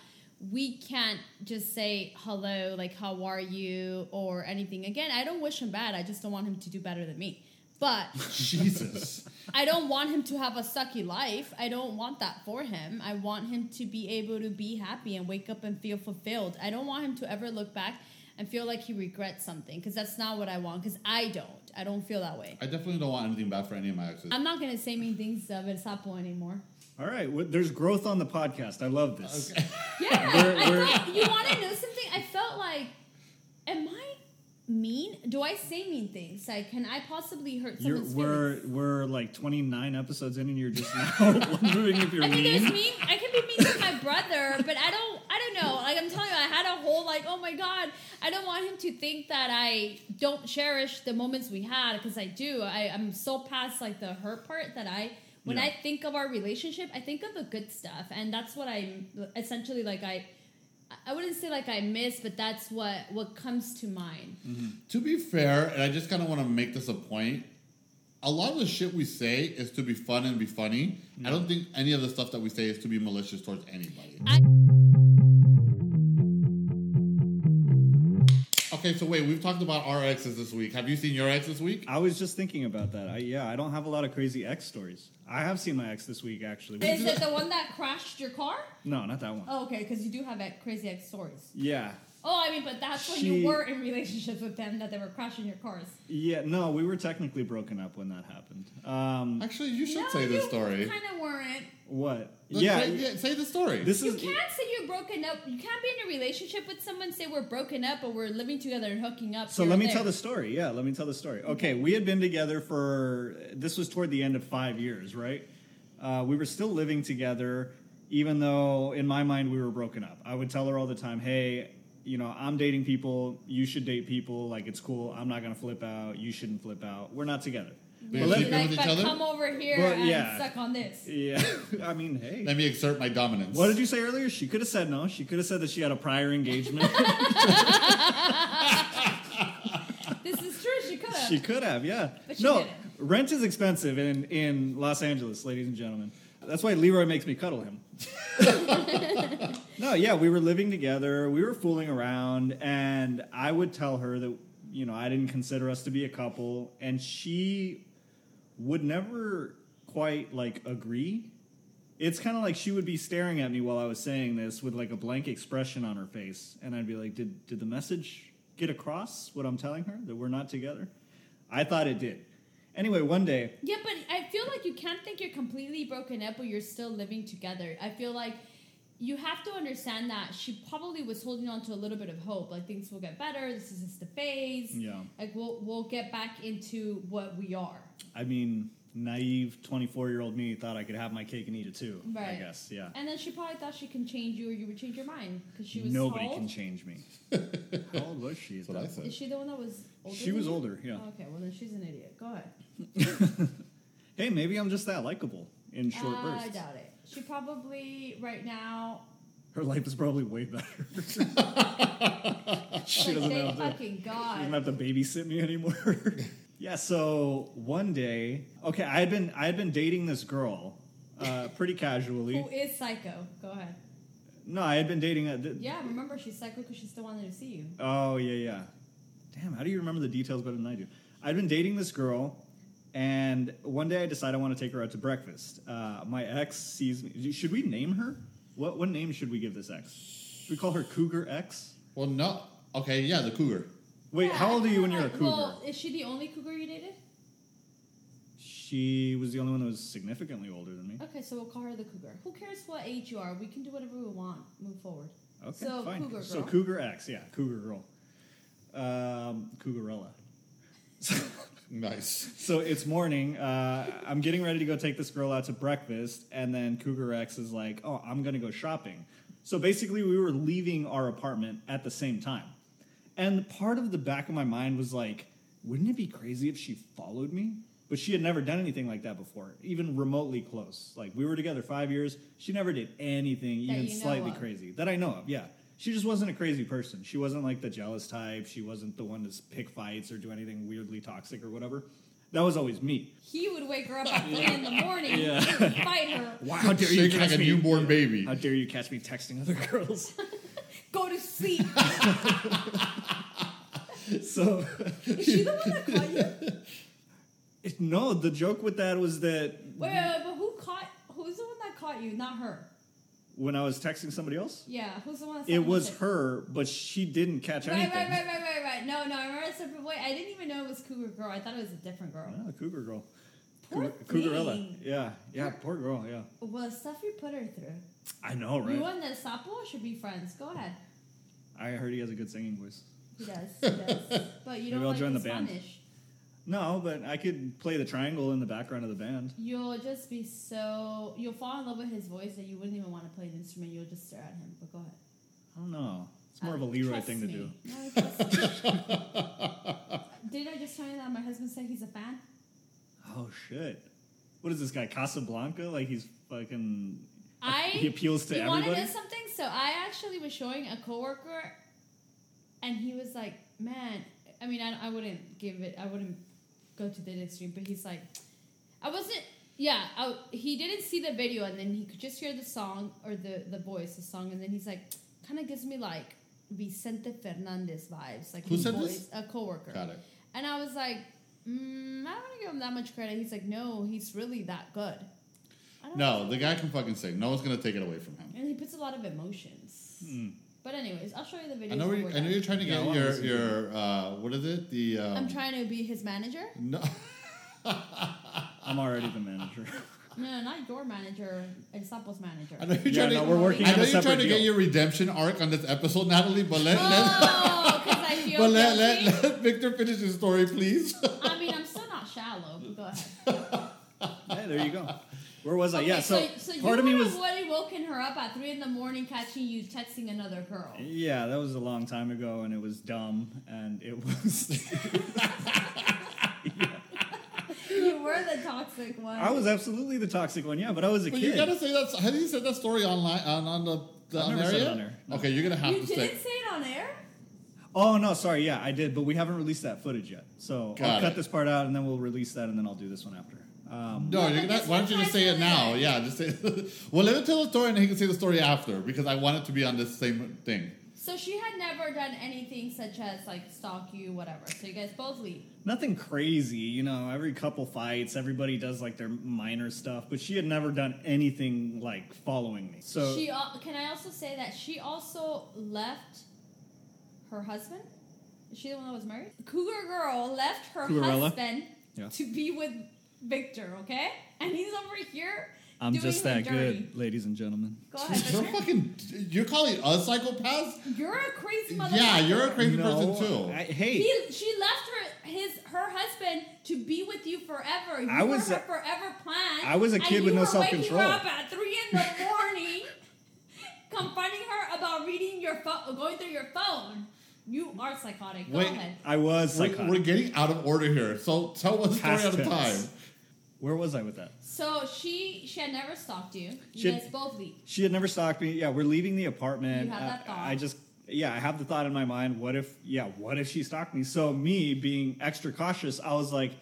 Speaker 1: we can't just say hello, like how are you, or anything. Again, I don't wish him bad. I just don't want him to do better than me. But
Speaker 3: Jesus.
Speaker 1: I don't want him to have a sucky life. I don't want that for him. I want him to be able to be happy and wake up and feel fulfilled. I don't want him to ever look back and feel like he regrets something because that's not what I want because I don't. I don't feel that way.
Speaker 3: I definitely don't want anything bad for any of my exes.
Speaker 1: I'm not going to say mean things of El Sapo anymore.
Speaker 2: All right, well, there's growth on the podcast. I love this.
Speaker 1: Yeah.
Speaker 2: We're-
Speaker 1: I
Speaker 2: we're-
Speaker 1: felt, you want to know something? I felt like, am I mean? Do I say mean things? Like, can I possibly hurt
Speaker 2: You're,
Speaker 1: someone's feelings?
Speaker 2: we're we're like 29 episodes in, and you're just now wondering if you're
Speaker 1: I think there's
Speaker 2: mean.
Speaker 1: mean. I can be mean to my brother, but I don't. I don't know. Like I'm telling you, I had a whole like, oh my god, I don't want him to think that I don't cherish the moments we had because I do. I, I'm so past like the hurt part that I. When
Speaker 2: Yeah.
Speaker 1: I think of our relationship, I think of the good stuff, and that's what I'm essentially like. I, I wouldn't say like I miss, but that's what what comes to mind.
Speaker 3: To be fair, and I just kind of want to make this a point. A lot of the shit we say is to be fun and be funny. I don't think any of the stuff that we say is to be malicious towards anybody.
Speaker 1: I-
Speaker 3: okay, so wait, we've talked about our exes this week. Have you seen your ex this week?
Speaker 2: I was just thinking about that. I, yeah, I don't have a lot of crazy ex stories. I have seen my ex this week, actually.
Speaker 1: Is it the one that crashed your car?
Speaker 2: No, not that one.
Speaker 1: Oh, okay, because you do have ex- crazy ex stories.
Speaker 2: Yeah,
Speaker 1: Oh, I mean, but that's when
Speaker 2: She-
Speaker 1: you were in relationships with them that they were crashing your cars.
Speaker 2: yeah. No, we were technically broken up when that happened. Um,
Speaker 3: Actually, you should say this story.
Speaker 1: kind of weren't.
Speaker 2: what?
Speaker 3: Look,
Speaker 2: yeah,
Speaker 3: say, yeah, say the story.
Speaker 2: This
Speaker 1: You
Speaker 2: is
Speaker 1: can't say you're broken up. You can't be in a relationship with someone say we're broken up or we're living together and hooking up.
Speaker 2: So
Speaker 1: here
Speaker 2: let
Speaker 1: and
Speaker 2: me
Speaker 1: there.
Speaker 2: tell the story. Yeah, let me tell the story. Okay, we had been together for this was toward the end of five years, right? Uh, we were still living together, even though in my mind we were broken up. I would tell her all the time, "Hey, you know, I'm dating people. You should date people. Like it's cool. I'm not gonna flip out. You shouldn't flip out. We're not together."
Speaker 3: We
Speaker 2: But
Speaker 3: should
Speaker 2: let-
Speaker 3: go with
Speaker 1: Like,
Speaker 3: each
Speaker 1: but
Speaker 3: other?
Speaker 1: come over here
Speaker 2: Well,
Speaker 1: and
Speaker 2: yeah.
Speaker 1: suck on this.
Speaker 2: yeah, I mean, hey.
Speaker 3: Let me exert my dominance.
Speaker 2: What did you say earlier? She could have said no. She could have said that she had a prior engagement.
Speaker 1: This is true. She could
Speaker 2: She
Speaker 1: have.
Speaker 2: could have, yeah.
Speaker 1: But she
Speaker 2: no,
Speaker 1: didn't.
Speaker 2: rent is expensive in in Los Angeles, ladies and gentlemen. That's why Leroy makes me cuddle him. no, yeah, we were living together, we were fooling around, and I would tell her that you know I didn't consider us to be a couple, and she would never quite like agree. It's kind of like she would be staring at me while I was saying this with like a blank expression on her face, and I'd be like, "Did did the message get across what I'm telling her that we're not together?" I thought it did. Anyway, one day,
Speaker 1: Yeah, but I feel like you can't think you're completely broken up, but you're still living together. I feel like you have to understand that she probably was holding on to a little bit of hope, like things will get better. This is just a phase.
Speaker 2: Yeah.
Speaker 1: like we'll we'll get back into what we are.
Speaker 2: I mean, naive 24 year old me thought I could have my cake and eat it too. I
Speaker 1: Right.
Speaker 2: guess, yeah.
Speaker 1: And then she probably thought she can change you, or you would change your mind because she was
Speaker 2: Nobody
Speaker 1: told.
Speaker 2: can change me. How old was she?
Speaker 3: That's what I
Speaker 1: Is
Speaker 3: said.
Speaker 1: she the one that was older?
Speaker 2: She
Speaker 1: than
Speaker 2: was
Speaker 1: you?
Speaker 2: older, yeah.
Speaker 1: Oh, okay, well then she's an idiot. Go ahead.
Speaker 2: Hey, maybe I'm just that likable in short
Speaker 1: Uh, I
Speaker 2: bursts.
Speaker 1: doubt it. She probably right now.
Speaker 2: Her life is probably way better. she
Speaker 1: like,
Speaker 2: doesn't
Speaker 1: thank
Speaker 2: have to.
Speaker 1: fucking
Speaker 2: You
Speaker 1: god.
Speaker 2: don't have to babysit me anymore. yeah. So one day, okay, I had been I had been dating this girl, uh, pretty casually.
Speaker 1: Who is psycho? Go ahead.
Speaker 2: No, I had been dating. A, th-
Speaker 1: Yeah, remember she's psycho because she still wanted to see you.
Speaker 2: Oh yeah, yeah. Damn, how do you remember the details better than I do? I'd been dating this girl, and one day I decided I want to take her out to breakfast. Uh, my ex sees me. Should we name her? What what name should we give this ex? Should we call her Cougar X?
Speaker 3: Well, no. Okay, yeah, the cougar.
Speaker 2: Wait,
Speaker 1: Yeah,
Speaker 2: how
Speaker 1: I
Speaker 2: old are you
Speaker 1: kinda
Speaker 2: when you're a
Speaker 1: like-
Speaker 2: cougar?
Speaker 1: Well, is she the only cougar you dated?
Speaker 2: She was the only one that was significantly older than me.
Speaker 1: Okay, so we'll call her the cougar. Who cares what age you are? We can do whatever we want. Move forward.
Speaker 2: Okay,
Speaker 1: so
Speaker 2: fine.
Speaker 1: cougar girl.
Speaker 2: So Cougar X, yeah, Cougar Girl, um, Cougarella.
Speaker 3: Nice.
Speaker 2: So it's morning. Uh, I'm getting ready to go take this girl out to breakfast, and then Cougar X is like, "Oh, I'm gonna go shopping." So basically, we were leaving our apartment at the same time, and part of the back of my mind was like, "Wouldn't it be crazy if she followed me?" But she had never done anything like that before, even remotely close. Like we were together five years. She never did anything
Speaker 1: That
Speaker 2: even
Speaker 1: you know
Speaker 2: slightly
Speaker 1: of.
Speaker 2: crazy that I know of. Yeah, she just wasn't a crazy person. She wasn't like the jealous type. She wasn't the one to s- pick fights or do anything weirdly toxic or whatever. That was always me.
Speaker 1: he would wake her up at three in the morning and fight her.
Speaker 2: Wow,
Speaker 3: Shake her like a newborn baby.
Speaker 2: How dare you catch me texting other girls?
Speaker 1: Go to sleep.
Speaker 2: so,
Speaker 1: Is she the one that caught you? Wait,
Speaker 2: it- no, the joke with that was that
Speaker 1: wait, wait, but who caught? Who's the one that caught you? Not her.
Speaker 2: when I was texting somebody else,
Speaker 1: Yeah, who's the one? That
Speaker 2: it
Speaker 1: someone
Speaker 2: was
Speaker 1: said-
Speaker 2: her, but she didn't catch
Speaker 1: Right,
Speaker 2: anything.
Speaker 1: right, right, right, right, right. No, no, I remember it's a different way. I didn't even know it was cougar girl. I thought it was a different girl.
Speaker 2: Yeah, Ah, the cougar girl.
Speaker 1: Poor
Speaker 2: Cougar- Cougarella.
Speaker 1: thing.
Speaker 2: Yeah, yeah, poor girl, yeah.
Speaker 1: Well, the stuff you put her through.
Speaker 2: I know,
Speaker 1: You
Speaker 2: right?
Speaker 1: and the Sapo should be friends. Go ahead.
Speaker 2: I heard he has a good singing voice.
Speaker 1: He does. He does. But you don't
Speaker 2: I'll
Speaker 1: like
Speaker 2: join
Speaker 1: the
Speaker 2: the band.
Speaker 1: Spanish.
Speaker 2: No, but I could play the triangle in the background of the band.
Speaker 1: You'll just be so you'll fall in love with his voice that you wouldn't even want to play an instrument. You'll just stare at him. But go ahead.
Speaker 2: I don't know. It's more
Speaker 1: Uh,
Speaker 2: of a Leroy
Speaker 1: trust
Speaker 2: thing to
Speaker 1: me.
Speaker 2: do.
Speaker 1: No, I trust you. Didn't I just tell you that my husband said he's a fan?
Speaker 2: Oh shit! What is this guy Casablanca? Like he's fucking. uh,
Speaker 1: I
Speaker 2: He appeals to
Speaker 1: you want to
Speaker 2: everybody.
Speaker 1: know something? So I actually was showing a coworker, and he was like, "Man, I mean, I, I wouldn't give it. I wouldn't go to the extreme." But he's like, "I wasn't." Yeah, I, he didn't see the video, and then he could just hear the song or the the voice, the song, and then he's like, kind of gives me like Vicente Fernandez vibes, like
Speaker 3: Who
Speaker 1: his
Speaker 3: said
Speaker 1: voice,
Speaker 3: this?
Speaker 1: a coworker.
Speaker 3: Got it.
Speaker 1: And I was like, mm, I don't want to give him that much credit. He's like, no, he's really that good. I don't
Speaker 3: No, the guy can fucking sing. No one's gonna take it away from him.
Speaker 1: and he puts a lot of emotions. But anyways, I'll show you the video.
Speaker 3: Hmm. I know.
Speaker 1: when
Speaker 3: you-
Speaker 1: we're
Speaker 3: I know
Speaker 1: done.
Speaker 3: you're trying to
Speaker 2: Yeah, I
Speaker 3: get
Speaker 2: wanna
Speaker 3: your
Speaker 2: listen to
Speaker 3: your uh, what is it? The um,
Speaker 1: I'm trying to be his manager.
Speaker 3: No.
Speaker 2: I'm already the manager.
Speaker 1: No, no, not your manager. El Sapo's manager.
Speaker 3: I know you're
Speaker 2: Yeah,
Speaker 3: trying
Speaker 2: no,
Speaker 3: to.
Speaker 2: we're working
Speaker 3: I
Speaker 2: on
Speaker 3: know
Speaker 2: a
Speaker 3: you're trying
Speaker 2: separate
Speaker 3: to
Speaker 2: deal.
Speaker 3: get your redemption arc on this episode, Natalie. But let let
Speaker 1: Oh, because I feel
Speaker 3: but let, let,
Speaker 1: guilty.
Speaker 3: let Victor finish his story, please.
Speaker 1: I mean, I'm still not shallow. But go ahead.
Speaker 2: hey, there you go. Where was I? yeah.
Speaker 1: Okay,
Speaker 2: So,
Speaker 1: so, you
Speaker 2: part of me
Speaker 1: were
Speaker 2: was.
Speaker 1: already woken her up at three in the morning, catching you texting another girl.
Speaker 2: Yeah, that was a long time ago, and it was dumb, and it was.
Speaker 1: You were the toxic one.
Speaker 2: I was absolutely the toxic one. Yeah, but I was a
Speaker 3: but you
Speaker 2: kid.
Speaker 3: gotta say that. Have you said that story online on, on the, the
Speaker 2: I've
Speaker 3: on
Speaker 2: never said
Speaker 3: area?
Speaker 2: it on there, no.
Speaker 3: Okay, you're gonna have
Speaker 1: You
Speaker 3: to
Speaker 1: didn't
Speaker 3: say.
Speaker 1: say it on air.
Speaker 2: Oh no, sorry. Yeah, I did, but we haven't released that footage yet. So I'll
Speaker 3: Got
Speaker 2: cut
Speaker 3: it.
Speaker 2: this part out, and then we'll release that, and then I'll do this one after. Um,
Speaker 3: No,
Speaker 1: No,
Speaker 3: you're
Speaker 1: but
Speaker 3: gonna,
Speaker 1: this
Speaker 3: why
Speaker 1: one
Speaker 3: don't you just
Speaker 1: ties
Speaker 3: say it
Speaker 1: in
Speaker 3: now?
Speaker 1: there.
Speaker 3: Yeah, just say. well, let him tell the story, and he can say the story after because I want it to be on this same thing.
Speaker 1: So she had never done anything such as like stalk you, whatever. So you guys both leave.
Speaker 2: nothing crazy, you know. Every couple fights, everybody does like their minor stuff, but she had never done anything like following me. So
Speaker 1: she al- can I also say that she also left her husband. Is she the one that was married? Cougar girl left her
Speaker 2: Cougarella?
Speaker 1: husband
Speaker 2: Yeah.
Speaker 1: to be with Victor. Okay, and he's over here.
Speaker 2: I'm
Speaker 1: doing
Speaker 2: just
Speaker 1: her
Speaker 2: that
Speaker 1: dirty.
Speaker 2: good, ladies and gentlemen.
Speaker 1: Go ahead.
Speaker 3: You're
Speaker 1: Victor.
Speaker 3: fucking. You're calling us psychopaths?
Speaker 1: You're a crazy motherfucker.
Speaker 3: Yeah, you're a crazy person too.
Speaker 2: I, hey,
Speaker 1: He, she left her his her husband to be with you forever. You
Speaker 2: I was
Speaker 1: were
Speaker 2: a-
Speaker 1: her forever plan.
Speaker 2: I was a
Speaker 1: and
Speaker 2: kid
Speaker 1: you
Speaker 2: with no
Speaker 1: were waking
Speaker 2: self-control.
Speaker 1: her up at three in the morning, confronting her about reading your phone, going through your phone. You are psychotic. Go
Speaker 3: Wait.
Speaker 1: ahead.
Speaker 2: I was
Speaker 3: We're,
Speaker 2: psychotic.
Speaker 3: we're getting out of order here. So tell one story
Speaker 2: Past
Speaker 3: at a
Speaker 2: tense.
Speaker 3: time.
Speaker 2: Where was I with that?
Speaker 1: So she she had never stalked you. You
Speaker 2: She-
Speaker 1: guys both leave.
Speaker 2: She had never stalked me. Yeah, we're leaving the apartment.
Speaker 1: You had that
Speaker 2: Uh,
Speaker 1: thought.
Speaker 2: I just yeah, I have the thought in my mind. What if yeah, what if she stalked me? So me being extra cautious, I was like,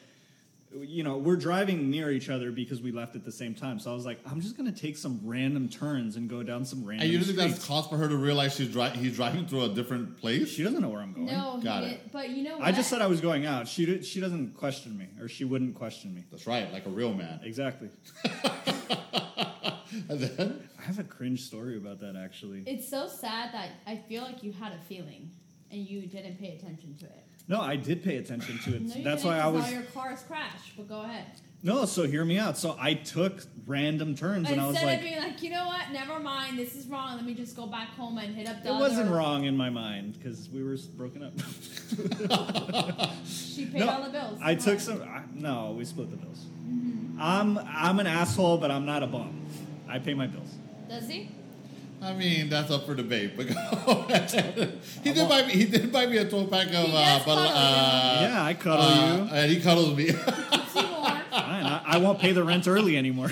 Speaker 2: you know, we're driving near each other because we left at the same time. So I was like, I'm just gonna take some random turns and go down some random.
Speaker 3: And you don't think that's
Speaker 2: streets.
Speaker 3: caused for her to realize she's dri- he's driving through a different place?
Speaker 2: she doesn't know where I'm going.
Speaker 1: No,
Speaker 3: Got
Speaker 1: he
Speaker 3: it.
Speaker 1: didn't. But you know what?
Speaker 2: I just said I was going out. She did, she doesn't question me, or she wouldn't question me.
Speaker 3: That's right, like a real man.
Speaker 2: Exactly.
Speaker 3: And then
Speaker 2: I have a cringe story about that actually.
Speaker 1: it's so sad that I feel like you had a feeling and you didn't pay attention to it.
Speaker 2: No, I did pay attention to it.
Speaker 1: No, you
Speaker 2: that's
Speaker 1: didn't,
Speaker 2: why I
Speaker 1: 'cause
Speaker 2: was
Speaker 1: All your cars crashed. But go ahead.
Speaker 2: no. So hear me out. So I took random turns, and I was
Speaker 1: Instead
Speaker 2: like,
Speaker 1: of being like, you know what, never mind, this is wrong. Let me just go back home and hit up the.
Speaker 2: It wasn't
Speaker 1: other-
Speaker 2: wrong in my mind because we were s- broken up.
Speaker 1: She paid
Speaker 2: no,
Speaker 1: all the bills.
Speaker 2: I
Speaker 1: Come
Speaker 2: took
Speaker 1: on.
Speaker 2: some. I, no, we split the bills.
Speaker 1: Mm-hmm.
Speaker 2: I'm I'm an asshole, but I'm not a bum. I pay my bills.
Speaker 1: Does he?
Speaker 3: I mean that's up for debate. But go ahead. he did buy me. He did buy me a twelve pack of. Uh,
Speaker 1: does
Speaker 3: but,
Speaker 1: cuddle
Speaker 3: uh,
Speaker 2: you. Yeah, I cuddle
Speaker 3: uh,
Speaker 2: you.
Speaker 3: and he cuddles me.
Speaker 1: Keeps you warm.
Speaker 2: Fine, I, I won't pay the rent early anymore.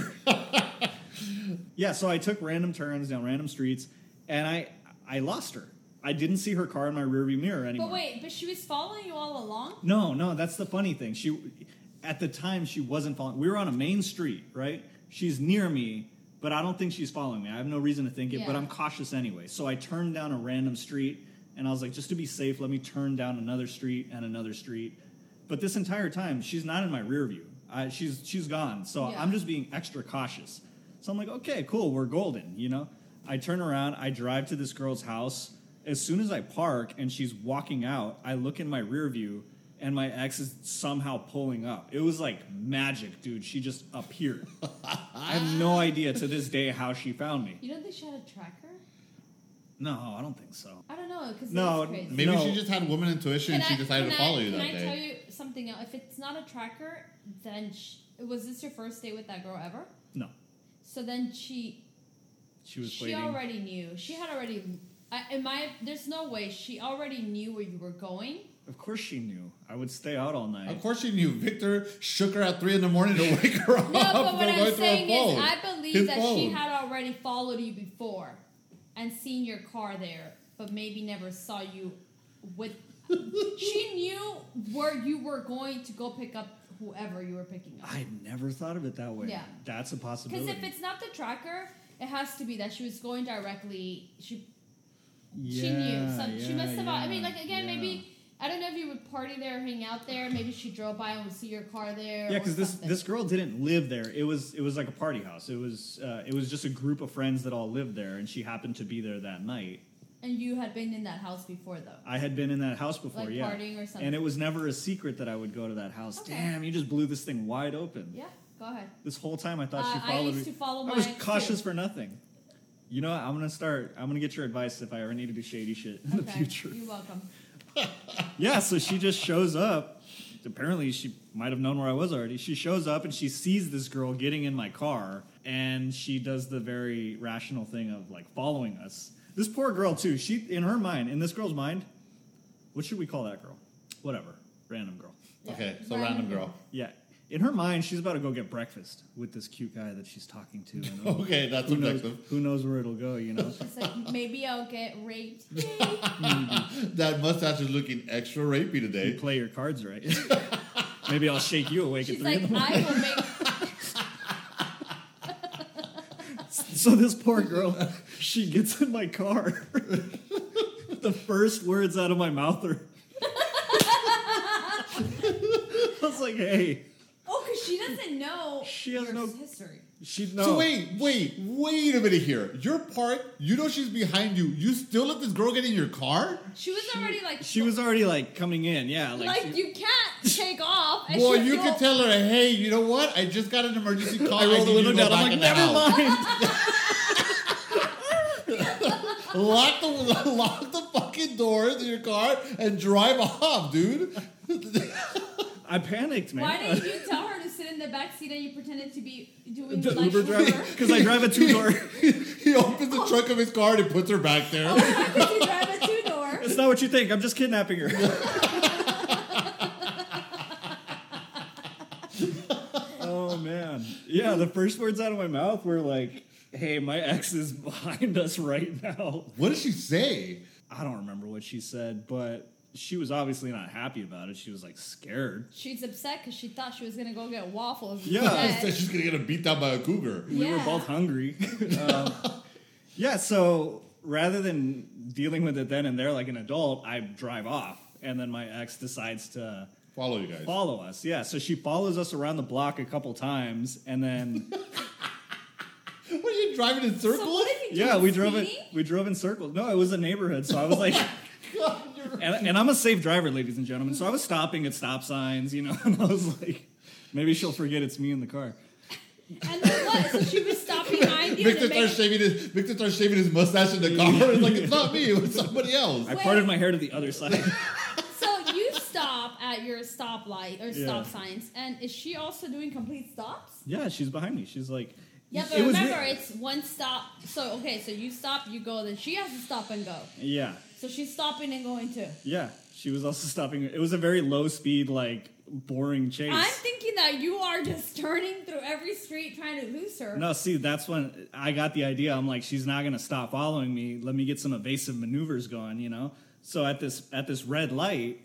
Speaker 2: yeah, so I took random turns down random streets, and I I lost her. I didn't see her car in my rearview mirror anymore.
Speaker 1: But wait, but she was following you all along.
Speaker 2: No, no, that's the funny thing. She at the time she wasn't following. We were on a main street, right? She's near me, but I don't think she's following me. I have no reason to think it, but
Speaker 1: Yeah.
Speaker 2: I'm cautious anyway. So I turned down a random street and I was like just to be safe, let me turn down another street and another street. But this entire time she's not in my rear view. I, she's she's gone. So
Speaker 1: Yeah.
Speaker 2: I'm just being extra cautious. So I'm like, "Okay, cool. We're golden," you know? I turn around, I drive to this girl's house. As soon as I park and she's walking out, I look in my rear view and my ex is somehow pulling up. It was like magic, dude. She just appeared. I have no idea to this day how she found me.
Speaker 1: You don't think she had a tracker?
Speaker 2: No, I don't think so.
Speaker 1: I don't know because
Speaker 2: No,
Speaker 1: that's crazy.
Speaker 3: Maybe
Speaker 2: No.
Speaker 3: she just had woman intuition. and
Speaker 1: Can
Speaker 3: She
Speaker 1: I-
Speaker 3: decided
Speaker 1: can
Speaker 3: to follow
Speaker 1: I,
Speaker 3: you
Speaker 1: Can
Speaker 3: that
Speaker 1: I
Speaker 3: day.
Speaker 1: tell you something else? If it's not a tracker, then sh- was this your first date with that girl ever?
Speaker 2: No.
Speaker 1: So then she
Speaker 2: She was
Speaker 1: she
Speaker 2: waiting.
Speaker 1: already knew. She had already. I, in my there's no way she already knew where you were going.
Speaker 2: Of course she knew. I would stay out all night.
Speaker 3: Of course she knew. Victor shook her at three in the morning to wake her up.
Speaker 1: No, but
Speaker 3: from
Speaker 1: what
Speaker 3: going
Speaker 1: I'm
Speaker 3: through
Speaker 1: saying
Speaker 3: her
Speaker 1: is,
Speaker 3: phone.
Speaker 1: I believe
Speaker 3: His
Speaker 1: that she
Speaker 3: phone.
Speaker 1: had already followed you before and seen your car there, but maybe never saw you with. she knew where you were going to go pick up whoever you were picking up.
Speaker 2: I never thought of it that way.
Speaker 1: Yeah.
Speaker 2: That's a
Speaker 1: Because
Speaker 2: possibility.
Speaker 1: if it's not the tracker, it has to be that she was going directly. She she
Speaker 2: Yeah,
Speaker 1: knew. Some, she
Speaker 2: yeah,
Speaker 1: must have. I
Speaker 2: yeah,
Speaker 1: mean, like again,
Speaker 2: yeah.
Speaker 1: maybe I don't know if you would party there, or hang out there. Maybe she drove by and would see your car there.
Speaker 2: Yeah,
Speaker 1: because
Speaker 2: because this this girl didn't live there. It was it was like a party house. It was uh, it was just a group of friends that all lived there, and she happened to be there that night.
Speaker 1: and you had been in that house before though.
Speaker 2: I had been in that house before,
Speaker 1: Like
Speaker 2: yeah,
Speaker 1: partying or something.
Speaker 2: and it was never a secret that I would go to that house.
Speaker 1: Okay.
Speaker 2: Damn, you just blew this thing wide open.
Speaker 1: Yeah, go ahead.
Speaker 2: This whole time I thought
Speaker 1: Uh,
Speaker 2: she
Speaker 1: I
Speaker 2: followed
Speaker 1: used
Speaker 2: me.
Speaker 1: to follow
Speaker 2: I was
Speaker 1: my ex,
Speaker 2: cautious
Speaker 1: too.
Speaker 2: for nothing. You know, what? I'm gonna start. I'm gonna get your advice if I ever need to do shady shit in the
Speaker 1: okay.
Speaker 2: future.
Speaker 1: You're welcome.
Speaker 2: Yeah, so she just shows up. Apparently, she might have known where I was already. She shows up and she sees this girl getting in my car, and she does the very rational thing of like following us. This poor girl too. She in her mind, in this girl's mind, what should we call that girl? Whatever, random girl.
Speaker 3: okay, so
Speaker 1: Random
Speaker 3: random girl.
Speaker 2: Yeah, in her mind, she's about to go get breakfast with this cute guy that she's talking to. And
Speaker 3: Okay, that's
Speaker 2: who knows,
Speaker 3: objective.
Speaker 2: who knows where it'll go? You know.
Speaker 1: She's like, maybe I'll get raped. Yay.
Speaker 3: That mustache is looking extra rapey
Speaker 2: You
Speaker 3: today.
Speaker 2: play your cards right. Maybe I'll shake you awake at
Speaker 1: She's
Speaker 2: three
Speaker 1: like,
Speaker 2: in the morning.
Speaker 1: I will make.
Speaker 2: So this poor girl, she gets in my car. the first words out of my mouth are. I was like, hey,
Speaker 1: Oh, because she doesn't know.
Speaker 2: She has
Speaker 1: your
Speaker 2: no-
Speaker 1: history.
Speaker 2: she no.
Speaker 3: So wait, wait, wait a minute here. You're parked. You know she's behind you. You still let this girl get in your car?
Speaker 1: She was already like.
Speaker 2: She was already like coming in, yeah. Like,
Speaker 1: like
Speaker 2: she-
Speaker 1: you can't take off. And
Speaker 3: Well,
Speaker 1: she's
Speaker 3: you
Speaker 1: all-
Speaker 3: can tell her, hey, you know what? I just got an emergency call.
Speaker 2: I rolled the
Speaker 3: need you
Speaker 2: window
Speaker 3: to go
Speaker 2: down. I'm like,
Speaker 3: back in the
Speaker 2: never mind.
Speaker 3: house." Lock the lock the fucking fucking doors in your car and drive off, dude.
Speaker 2: I panicked, man.
Speaker 1: Why didn't you tell her to sit in the back seat and you pretended to be doing
Speaker 2: the
Speaker 1: like
Speaker 2: Uber driver, because I drive a two door.
Speaker 3: he opens the trunk of his car and he puts her back there.
Speaker 1: Why would you drive a two door?
Speaker 2: it's not what you think. I'm just kidnapping her. oh man, yeah. The first words out of my mouth were like, "Hey, my ex is behind us right now."
Speaker 3: What did she say?
Speaker 2: I don't remember what she said, but she was obviously not happy about it. She was like scared.
Speaker 1: She's upset because she thought she was gonna go get waffles.
Speaker 2: Yeah.
Speaker 3: I
Speaker 1: instead.
Speaker 3: said she's gonna get beat down by a cougar.
Speaker 2: we were
Speaker 1: Yeah.
Speaker 2: both hungry. um, yeah, so rather than dealing with it then and there like an adult, I drive off, and then my ex decides to
Speaker 3: Follow you guys.
Speaker 2: follow us. Yeah, so she follows us around the block a couple times, and then
Speaker 3: What are you driving in
Speaker 1: So
Speaker 3: circles?
Speaker 1: what did he do?
Speaker 2: yeah, we drove in,
Speaker 1: Speeding?
Speaker 2: we drove in circles. No, it was a neighborhood, so I
Speaker 1: Oh
Speaker 2: was like.
Speaker 3: God, you're-
Speaker 2: And, and I'm a safe driver, ladies and gentlemen. So I was stopping at stop signs, you know, and I was like, maybe she'll forget it's me in the car.
Speaker 1: And then what? So she was stopped behind you.
Speaker 3: Victor
Speaker 1: and
Speaker 3: starts
Speaker 1: made-
Speaker 3: shaving his Victor starts shaving his mustache in the car. It's like it's not me, it was somebody else.
Speaker 2: I
Speaker 1: Wait.
Speaker 2: parted my hair to the other side.
Speaker 1: so you stop at your stoplight or
Speaker 2: Yeah.
Speaker 1: stop signs, and is she also doing complete stops?
Speaker 2: yeah, she's behind me. She's like,
Speaker 1: Yeah, but
Speaker 2: it was
Speaker 1: remember,
Speaker 2: re-
Speaker 1: it's one stop. So okay, so you stop, you go, then she has to stop and go.
Speaker 2: yeah,
Speaker 1: So she's stopping and going too.
Speaker 2: yeah. She was also stopping. It was a very low speed, like boring chase.
Speaker 1: I'm thinking that you are just turning through every street trying to lose her.
Speaker 2: no, see, that's when I got the idea. I'm like, she's not gonna stop following me. Let me get some evasive maneuvers going, you know. So at this at this red light,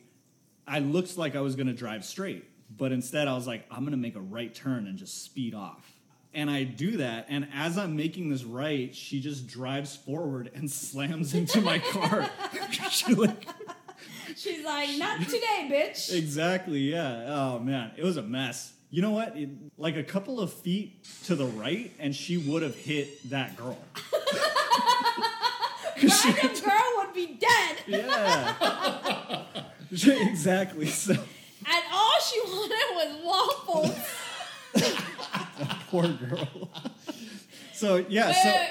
Speaker 2: I looked like I was gonna drive straight, but instead I was like, I'm gonna make a right turn and just speed off. And I do that, and as I'm making this right, she just drives forward and slams into my car. she like
Speaker 1: She's like, not today, bitch.
Speaker 2: Exactly, yeah. Oh man, it was a mess. You know what? It, like a couple of feet to the right, and she would have hit that girl. 'Cause she-
Speaker 1: Random girl would be dead.
Speaker 2: yeah. She- exactly. So
Speaker 1: And all she wanted was waffles.
Speaker 2: poor girl. so yeah.
Speaker 1: Wait,
Speaker 2: so
Speaker 1: wait,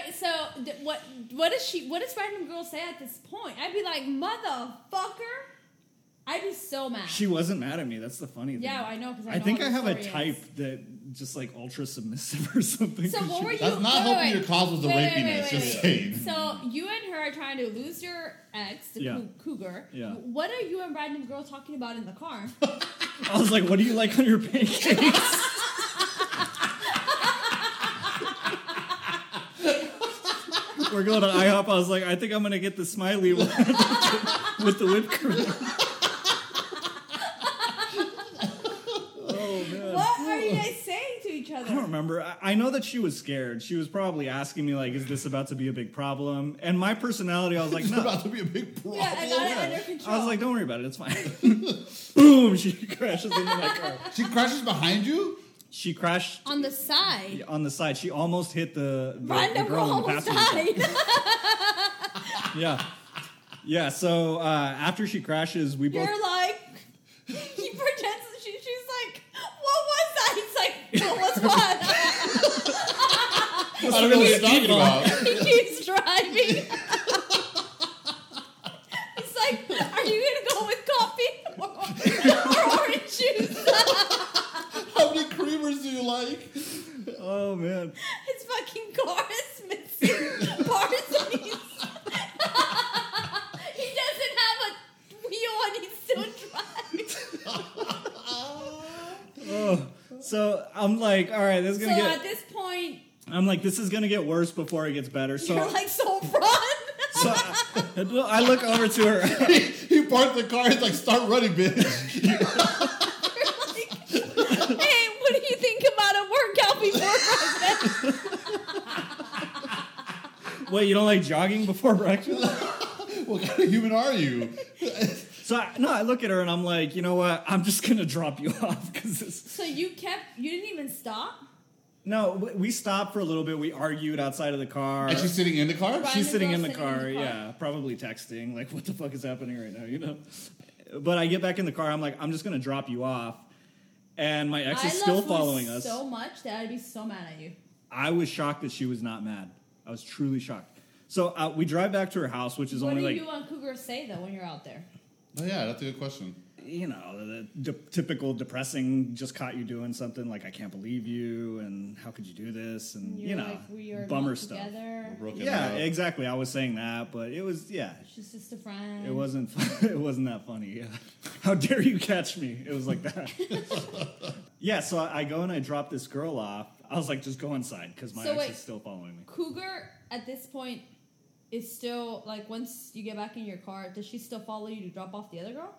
Speaker 1: wait, so d- what? What does she? What does random girl say at this point? I'd be like, motherfucker. I'd be so mad.
Speaker 2: she wasn't mad at me. That's the funny thing.
Speaker 1: yeah, I oh, know. Because I,
Speaker 2: I
Speaker 1: know
Speaker 2: think
Speaker 1: how
Speaker 2: I
Speaker 1: the
Speaker 2: have a
Speaker 1: story is.
Speaker 2: type that just like ultra submissive or something.
Speaker 1: So what were you?
Speaker 3: That's not
Speaker 1: wait,
Speaker 3: helping
Speaker 1: wait,
Speaker 3: your cause with the
Speaker 1: wait, wait,
Speaker 3: rapiness,
Speaker 1: wait, wait.
Speaker 3: just saying.
Speaker 1: So you and her are trying to lose your ex, the
Speaker 2: Yeah.
Speaker 1: cou- cougar.
Speaker 2: Yeah.
Speaker 1: What are you and random girl talking about in the car?
Speaker 2: I was like, "What do you like on your pancakes?" We're going to IHOP. I was like, "I think I'm gonna get the smiley one with the whipped cream." oh man.
Speaker 1: what are you guys saying to each
Speaker 2: I don't
Speaker 1: other?
Speaker 2: remember. I- I know that she was scared. She was probably asking me like, "Is this about to be a big problem?" And my personality, I was like,
Speaker 3: It's
Speaker 2: "No."
Speaker 3: about to be a big problem.
Speaker 1: Yeah, I got it under control.
Speaker 2: I was like, "Don't worry about it. It's fine." Boom! She crashes into my car.
Speaker 3: she crashes behind you?
Speaker 2: She crashed
Speaker 1: on the side.
Speaker 2: on the side. She almost hit the, the, the
Speaker 1: Random girl
Speaker 2: girl in the
Speaker 1: almost
Speaker 2: passenger. side.
Speaker 1: died.
Speaker 2: Yeah, yeah. So uh, after she crashes, we both.
Speaker 1: You're like, he pretends that she, she's like, what was that? He's like, what was what?
Speaker 3: I don't know what you're talking about.
Speaker 1: he keeps driving. He's like, are you gonna go with coffee or, or orange juice?
Speaker 3: How many creamers do you like?
Speaker 2: Oh man,
Speaker 1: His fucking car is missing parts and he's. he doesn't have a wheel and he's still driving.
Speaker 2: so I'm like, all right, this is
Speaker 1: So
Speaker 2: gonna
Speaker 1: at
Speaker 2: get.
Speaker 1: this point,
Speaker 2: I'm like, this is gonna get worse before it gets better. So,
Speaker 1: you're like, so run.
Speaker 2: so I look over to her.
Speaker 3: He parked the car, he's like, start running, bitch.
Speaker 1: hey, what do you think about a workout before breakfast?
Speaker 2: Wait, you don't like jogging before breakfast?
Speaker 3: What kind of human are you?
Speaker 2: So I, no, I look at her and I'm like, you know what? I'm just gonna drop you off because this.
Speaker 1: So you kept, you didn't even stop.
Speaker 2: No, we- we stopped for a little bit. We argued outside of the car.
Speaker 3: And she's sitting in the car?
Speaker 1: Right.
Speaker 2: She's
Speaker 1: the
Speaker 2: sitting
Speaker 1: girl
Speaker 2: in the,
Speaker 1: sitting in
Speaker 2: car,
Speaker 1: the car.
Speaker 2: yeah, probably texting, like, what the fuck is happening right now, you know? But I get back in the car, I'm like, I'm just gonna drop you off. And my ex
Speaker 1: I
Speaker 2: is still
Speaker 1: love food
Speaker 2: following us.
Speaker 1: so much that I'd be so mad at you.
Speaker 2: I was shocked that she was not mad. I was truly shocked. So uh, we drive back to her house, which is
Speaker 1: What
Speaker 2: only
Speaker 1: do
Speaker 2: like
Speaker 1: you on Cougars say though when you're out there?
Speaker 3: Oh, yeah, that's a good question.
Speaker 2: you know, the de- typical depressing, just caught you doing something like, I can't believe you, and how could you do this, and
Speaker 1: You're
Speaker 2: you know,
Speaker 1: like we are
Speaker 2: bummer
Speaker 1: not
Speaker 2: stuff.
Speaker 1: Together.
Speaker 3: Broken
Speaker 2: Yeah,
Speaker 3: up.
Speaker 2: exactly. I was saying that, but it was, yeah,
Speaker 1: She's just a friend.
Speaker 2: it wasn't, fun. it wasn't that funny. Yeah. How dare you catch me? It was like that. yeah, so I I go and I drop this girl off. I was like, just go inside because my
Speaker 1: So
Speaker 2: ex
Speaker 1: wait.
Speaker 2: is still following me.
Speaker 1: Cougar at this point is still like once you get back in your car, does she still follow you to drop off the other girl,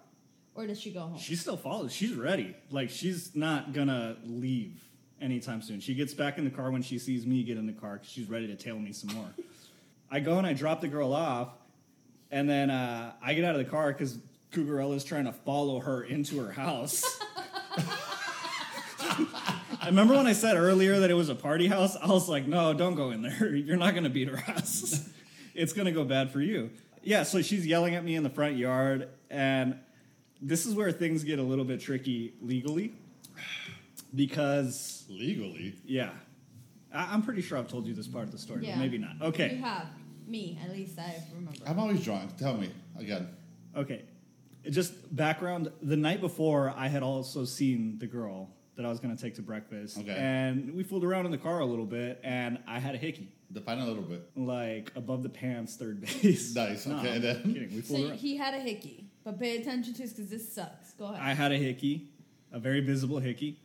Speaker 1: or does she go home?
Speaker 2: She still follows. She's ready. Like she's not gonna leave anytime soon. She gets back in the car when she sees me get in the car 'cause she's ready to tail me some more. I go and I drop the girl off, and then uh, I get out of the car because Cougarella's trying to follow her into her house. I remember when I said earlier that it was a party house. I was like, no, don't go in there. You're not going to beat her ass. it's going to go bad for you. Yeah, so she's yelling at me in the front yard. And this is where things get a little bit tricky legally. Because,
Speaker 3: Legally.
Speaker 2: yeah, I- I'm pretty sure I've told you this part of the story,
Speaker 1: Yeah.
Speaker 2: but maybe not.
Speaker 1: You
Speaker 2: Okay.
Speaker 1: have me at least I remember.
Speaker 3: I'm always drunk. Tell me again.
Speaker 2: Okay. Just background the night before, I had also seen the girl that I was going to take to breakfast.
Speaker 3: Okay.
Speaker 2: And we fooled around in the car a little bit, and I had a hickey.
Speaker 3: Define a little bit.
Speaker 2: like above the pants, third base.
Speaker 3: Nice,
Speaker 2: No,
Speaker 3: okay, then.
Speaker 2: I'm kidding. We
Speaker 1: So
Speaker 2: fooled around.
Speaker 1: he had a hickey, but pay attention to this because this sucks. Go ahead.
Speaker 2: I had a hickey, a very visible hickey.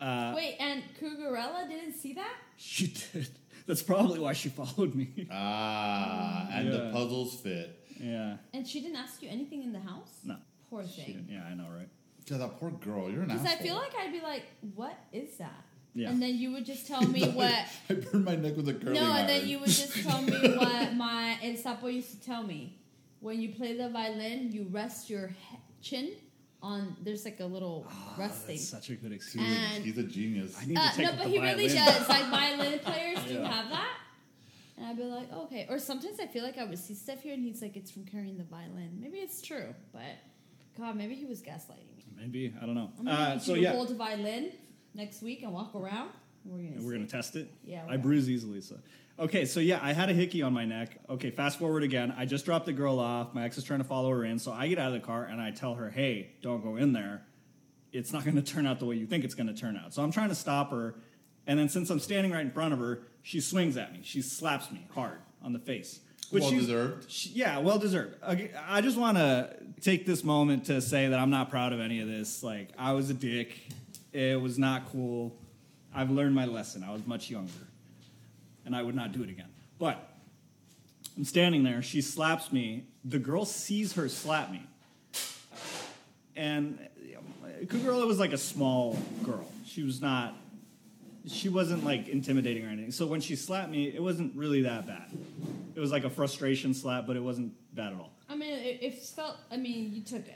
Speaker 2: Uh,
Speaker 1: Wait, and Cougarella didn't see that?
Speaker 2: She did. That's probably why she followed me.
Speaker 3: Ah, and the
Speaker 2: Yeah.
Speaker 3: puzzles fit.
Speaker 2: yeah.
Speaker 1: And she didn't ask you anything in the house?
Speaker 2: No.
Speaker 1: Poor
Speaker 2: She
Speaker 1: thing.
Speaker 2: didn't. Yeah, I know, right?
Speaker 3: Yeah, that poor girl. You're an
Speaker 1: Because
Speaker 3: asshole.
Speaker 1: I feel like I'd be like, what is that?
Speaker 2: Yeah.
Speaker 1: And then you would just tell me what.
Speaker 3: I burned my neck with a curling
Speaker 1: No,
Speaker 3: iron.
Speaker 1: and then you would just tell me what my El Sapo used to tell me. When you play the violin, you rest your he- chin on. There's like a little rest
Speaker 2: Ah, That's
Speaker 1: thing.
Speaker 2: such a good excuse.
Speaker 3: He's a-
Speaker 1: and-
Speaker 3: he's a genius.
Speaker 2: I need
Speaker 1: Uh,
Speaker 2: to take
Speaker 1: no,
Speaker 2: up
Speaker 1: but
Speaker 2: the
Speaker 1: he really
Speaker 2: violin.
Speaker 1: does. Like violin players do
Speaker 2: Yeah.
Speaker 1: have that. And I'd be like, okay. Or sometimes I feel like I would see stuff here, and he's like, it's from carrying the violin. Maybe it's true, but God, maybe he was gaslighting me.
Speaker 2: Maybe I don't know.
Speaker 1: I'm gonna
Speaker 2: Uh,
Speaker 1: need
Speaker 2: so
Speaker 1: you to
Speaker 2: yeah,
Speaker 1: hold a violin next week and walk around. We're gonna.
Speaker 2: And we're
Speaker 1: see.
Speaker 2: gonna test it.
Speaker 1: Yeah, we
Speaker 2: I
Speaker 1: are.
Speaker 2: bruise easily, so. Okay, so yeah, I had a hickey on my neck. Okay, fast forward again. I just dropped the girl off. My ex is trying to follow her in, so I get out of the car and I tell her, "Hey, don't go in there. It's not going to turn out the way you think it's going to turn out." So I'm trying to stop her, and then since I'm standing right in front of her, she swings at me. She slaps me hard on the face. which
Speaker 3: Well
Speaker 2: she's-
Speaker 3: deserved.
Speaker 2: she- yeah, well deserved. Okay, I just want to take this moment to say that I'm not proud of any of this. Like, I was a dick. It was not cool. I've learned my lesson. I was much younger, and I would not do it again. But I'm standing there. She slaps me. The girl sees her slap me, and Cougarilla was like a small girl. She was not. She wasn't like intimidating or anything. So when she slapped me, it wasn't really that bad. It was like a frustration slap, but it wasn't bad at all.
Speaker 1: I mean, it, it felt. I mean, you took it.